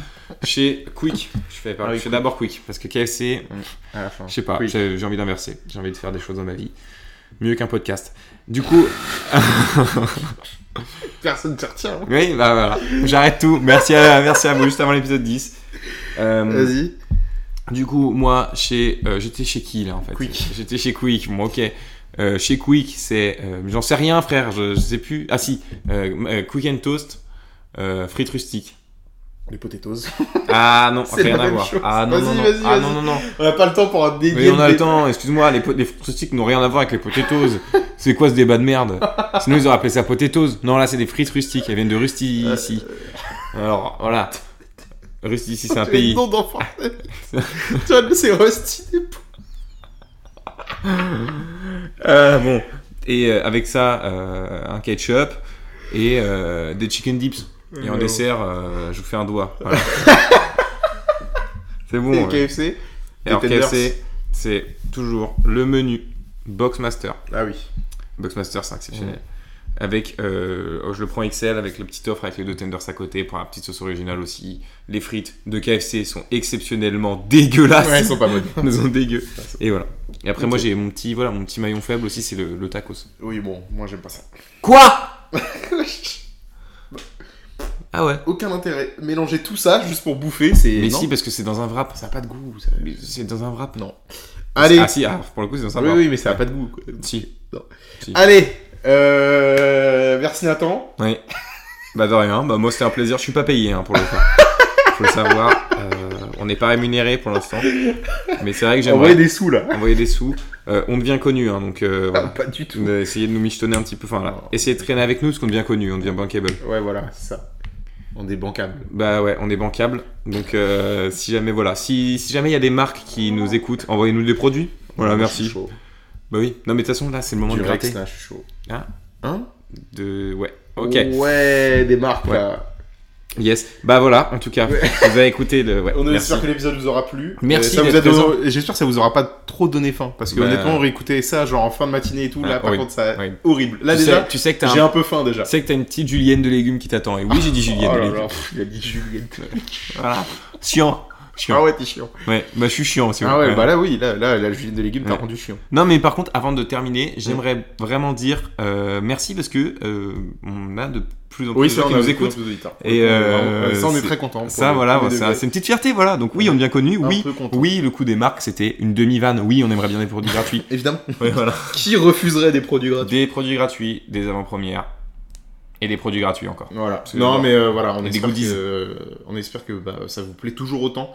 Speaker 3: Chez Quick, je fais, parler-
Speaker 4: Ah oui,
Speaker 3: je fais d'abord Quick, parce que KFC,
Speaker 4: À la fin.
Speaker 3: Je sais pas,
Speaker 4: Oui.
Speaker 3: j'ai j'ai envie d'inverser. J'ai envie de faire des choses dans ma vie. Mieux qu'un podcast. Du coup,
Speaker 4: Personne ne te retient. hein.
Speaker 3: oui, bah voilà. J'arrête tout. Merci à, merci à vous, juste avant l'épisode 10. Euh,
Speaker 4: Vas-y.
Speaker 3: du coup, moi, chez, euh, j'étais chez qui là en fait
Speaker 4: Quick.
Speaker 3: J'étais chez Quick. Bon, ok. Euh, chez Quick, c'est. euh, J'en sais rien, frère. Je, je sais plus. Ah si. euh, euh, quick and Toast, euh, frites rustiques.
Speaker 4: Les potatoes.
Speaker 3: Ah non,
Speaker 4: C'est
Speaker 3: rien
Speaker 4: la
Speaker 3: à
Speaker 4: même
Speaker 3: voir.
Speaker 4: chose.
Speaker 3: Ah non,
Speaker 4: Vas-y,
Speaker 3: non, non.
Speaker 4: vas-y,
Speaker 3: Ah
Speaker 4: vas-y.
Speaker 3: non, non, non.
Speaker 4: On n'a pas le temps pour un dédié.
Speaker 3: Mais on a
Speaker 4: de-
Speaker 3: le temps, excuse-moi, les, po- les frites rustiques n'ont rien à voir avec les
Speaker 4: (laughs)
Speaker 3: potatoes. c'est quoi ce débat de merde Sinon, ils auraient appelé ça potatoes. Non, là, c'est des frites rustiques, elles viennent de
Speaker 4: Euh,
Speaker 3: Rusty ici. Alors, voilà. Rusty ici, c'est un
Speaker 4: Tu as
Speaker 3: pays.
Speaker 4: le nom d'enfant. tu vois, nous, c'est Rusty.
Speaker 3: (laughs) Euh, bon. Et euh, avec ça, euh, un ketchup et euh, des chicken dips. Et en
Speaker 4: Non.
Speaker 3: dessert, euh, je vous fais un doigt.
Speaker 4: (laughs)
Speaker 3: Voilà. c'est bon.
Speaker 4: Et
Speaker 3: ouais.
Speaker 4: KFC.
Speaker 3: Et alors,
Speaker 4: et tenders.
Speaker 3: KFC, c'est toujours le menu Boxmaster.
Speaker 4: Ah oui.
Speaker 3: Boxmaster, c'est exceptionnel. Avec, euh, oh, je le prends XL avec le petit offre avec les deux tenders à côté pour la petite sauce originale aussi. Les frites de KFC sont exceptionnellement (laughs) dégueulasses.
Speaker 4: Ouais, ils sont pas bonnes.
Speaker 3: Elles Ah, sont dégueu. Et voilà. Et après, moi,
Speaker 4: Ok.
Speaker 3: j'ai mon petit, voilà, mon petit maillon faible aussi, c'est le, le tacos.
Speaker 4: (laughs) Oui, bon, moi, j'aime pas ça.
Speaker 3: Quoi (laughs) Ah ouais.
Speaker 4: Aucun intérêt. Mélanger tout ça juste pour bouffer, c'est.
Speaker 3: Mais
Speaker 4: non.
Speaker 3: si, parce que c'est dans un wrap.
Speaker 4: Ça a pas de goût. ça-
Speaker 3: Mais C'est dans un wrap.
Speaker 4: Non. Allez.
Speaker 3: Ah si, ah, pour le coup, c'est dans un
Speaker 4: oui,
Speaker 3: wrap.
Speaker 4: oui, mais ça a pas de goût. quoi.
Speaker 3: Si.
Speaker 4: Allez. Euh... Merci Nathan.
Speaker 3: Oui. Bah de rien. Bah moi, c'était un plaisir. Je suis pas payé hein, pour
Speaker 4: (laughs)
Speaker 3: le faire. Faut le savoir. Euh, on n'est pas rémunéré pour l'instant. Mais c'est vrai que j'aimerais
Speaker 4: Envoyez des sous là.
Speaker 3: envoyer des sous. Euh, on devient connu, hein, donc euh,
Speaker 4: Ah,
Speaker 3: voilà.
Speaker 4: pas du tout.
Speaker 3: Essayez de nous michetonner un petit peu. Enfin, là,
Speaker 4: Oh.
Speaker 3: essayez de traîner avec nous, parce qu'on devient connu, on devient bankable.
Speaker 4: Ouais, voilà, c'est ça. On est bancable.
Speaker 3: Bah ouais, on est bankable. Donc euh, si jamais voilà, si, si jamais il y a des marques qui nous écoutent, envoyez-nous des produits. Voilà,
Speaker 4: Ah, Moi, Je
Speaker 3: merci.
Speaker 4: suis chaud.
Speaker 3: Bah oui. Non mais de toute façon là, c'est le moment
Speaker 4: Du
Speaker 3: de gratter.
Speaker 4: Rex, là, je suis chaud.
Speaker 3: Ah.
Speaker 4: Hein
Speaker 3: De ouais.
Speaker 4: Oh.
Speaker 3: Ok.
Speaker 4: Ouais, des marques
Speaker 3: Ouais.
Speaker 4: là.
Speaker 3: Yes. Bah voilà. En tout cas, vous avez écouté le. Ouais.
Speaker 4: On
Speaker 3: merci.
Speaker 4: espère que l'épisode vous aura plu.
Speaker 3: Merci
Speaker 4: ça vous
Speaker 3: d'être
Speaker 4: a
Speaker 3: présent.
Speaker 4: donné- J'espère que ça vous aura pas trop donné faim. Parce que
Speaker 3: Bah.
Speaker 4: honnêtement, réécouter ça genre en fin de matinée et tout,
Speaker 3: Ah,
Speaker 4: là par
Speaker 3: horrible.
Speaker 4: contre, ça.
Speaker 3: Horrible.
Speaker 4: Horrible. Là
Speaker 3: tu,
Speaker 4: déjà,
Speaker 3: sais, tu sais que t'as
Speaker 4: j'ai
Speaker 3: un-
Speaker 4: un peu faim déjà.
Speaker 3: tu sais que t'as une petite julienne de légumes qui t'attend. Et oui, j'ai dit julienne
Speaker 4: Oh
Speaker 3: de
Speaker 4: là
Speaker 3: légumes.
Speaker 4: là, pff, il a
Speaker 3: (laughs)
Speaker 4: dit Juliette.
Speaker 3: Voilà. Chiant. Chiant.
Speaker 4: Ah ouais, t'es chiant.
Speaker 3: ouais. Bah je suis chiant aussi.
Speaker 4: Ah ouais,
Speaker 3: Ouais.
Speaker 4: bah là oui, là, là la Juliette de légumes t'as
Speaker 3: Ouais.
Speaker 4: rendu chiant.
Speaker 3: Non, mais par contre, avant de terminer, j'aimerais vraiment dire euh, merci parce que euh, on a de plus en plus
Speaker 4: Oui,
Speaker 3: de
Speaker 4: ça
Speaker 3: gens
Speaker 4: on
Speaker 3: qui
Speaker 4: a
Speaker 3: nous
Speaker 4: de
Speaker 3: écoutent.
Speaker 4: plus en plus d'auditeurs.
Speaker 3: Et, euh,
Speaker 4: ça on est
Speaker 3: c'est-
Speaker 4: très content.
Speaker 3: Ça, voilà, c'est un- c'est une petite fierté, voilà. Donc oui, on devient connu. Oui, oui, le coup des marques, c'était une demi-vanne. Oui, on aimerait bien des produits
Speaker 4: (laughs)
Speaker 3: gratuits. (laughs)
Speaker 4: Évidemment.
Speaker 3: Ouais, voilà.
Speaker 4: Qui refuserait des produits gratuits
Speaker 3: Des produits gratuits, des avant-premières et des produits gratuits encore.
Speaker 4: Voilà.
Speaker 3: Parce que
Speaker 4: Non,
Speaker 3: bon,
Speaker 4: mais euh, voilà, on
Speaker 3: des
Speaker 4: espère,
Speaker 3: goodies.
Speaker 4: que, euh, on espère que bah, ça vous plaît toujours autant.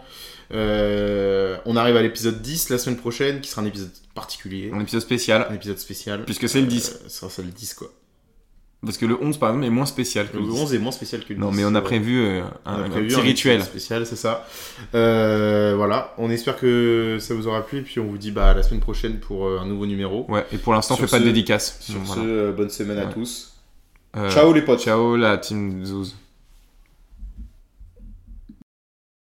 Speaker 4: Euh, on arrive à l'épisode 10 la semaine prochaine, qui sera un épisode particulier,
Speaker 3: Un épisode spécial,
Speaker 4: un épisode spécial.
Speaker 3: puisque c'est le 10.
Speaker 4: Euh, ça, c'est le 10, quoi.
Speaker 3: Parce que le 11, par exemple, est moins spécial que
Speaker 4: Le
Speaker 3: le 10.
Speaker 4: 11 est moins spécial que le 10.
Speaker 3: Non, mais on a
Speaker 4: euh,
Speaker 3: prévu euh,
Speaker 4: on
Speaker 3: un,
Speaker 4: a
Speaker 3: un
Speaker 4: prévu
Speaker 3: petit
Speaker 4: un épisode
Speaker 3: rituel.
Speaker 4: spécial, c'est ça. Euh, voilà, on espère que ça vous aura plu, et puis on vous dit bah, à la semaine prochaine pour euh, un nouveau numéro.
Speaker 3: Ouais, et pour l'instant, on
Speaker 4: Sur
Speaker 3: fait pas de
Speaker 4: ce-
Speaker 3: dédicace.
Speaker 4: Sur
Speaker 3: Donc,
Speaker 4: ce,
Speaker 3: voilà.
Speaker 4: euh, bonne semaine à
Speaker 3: Ouais.
Speaker 4: tous.
Speaker 3: Euh,
Speaker 4: Ciao les potes.
Speaker 3: Ciao la team Zouz.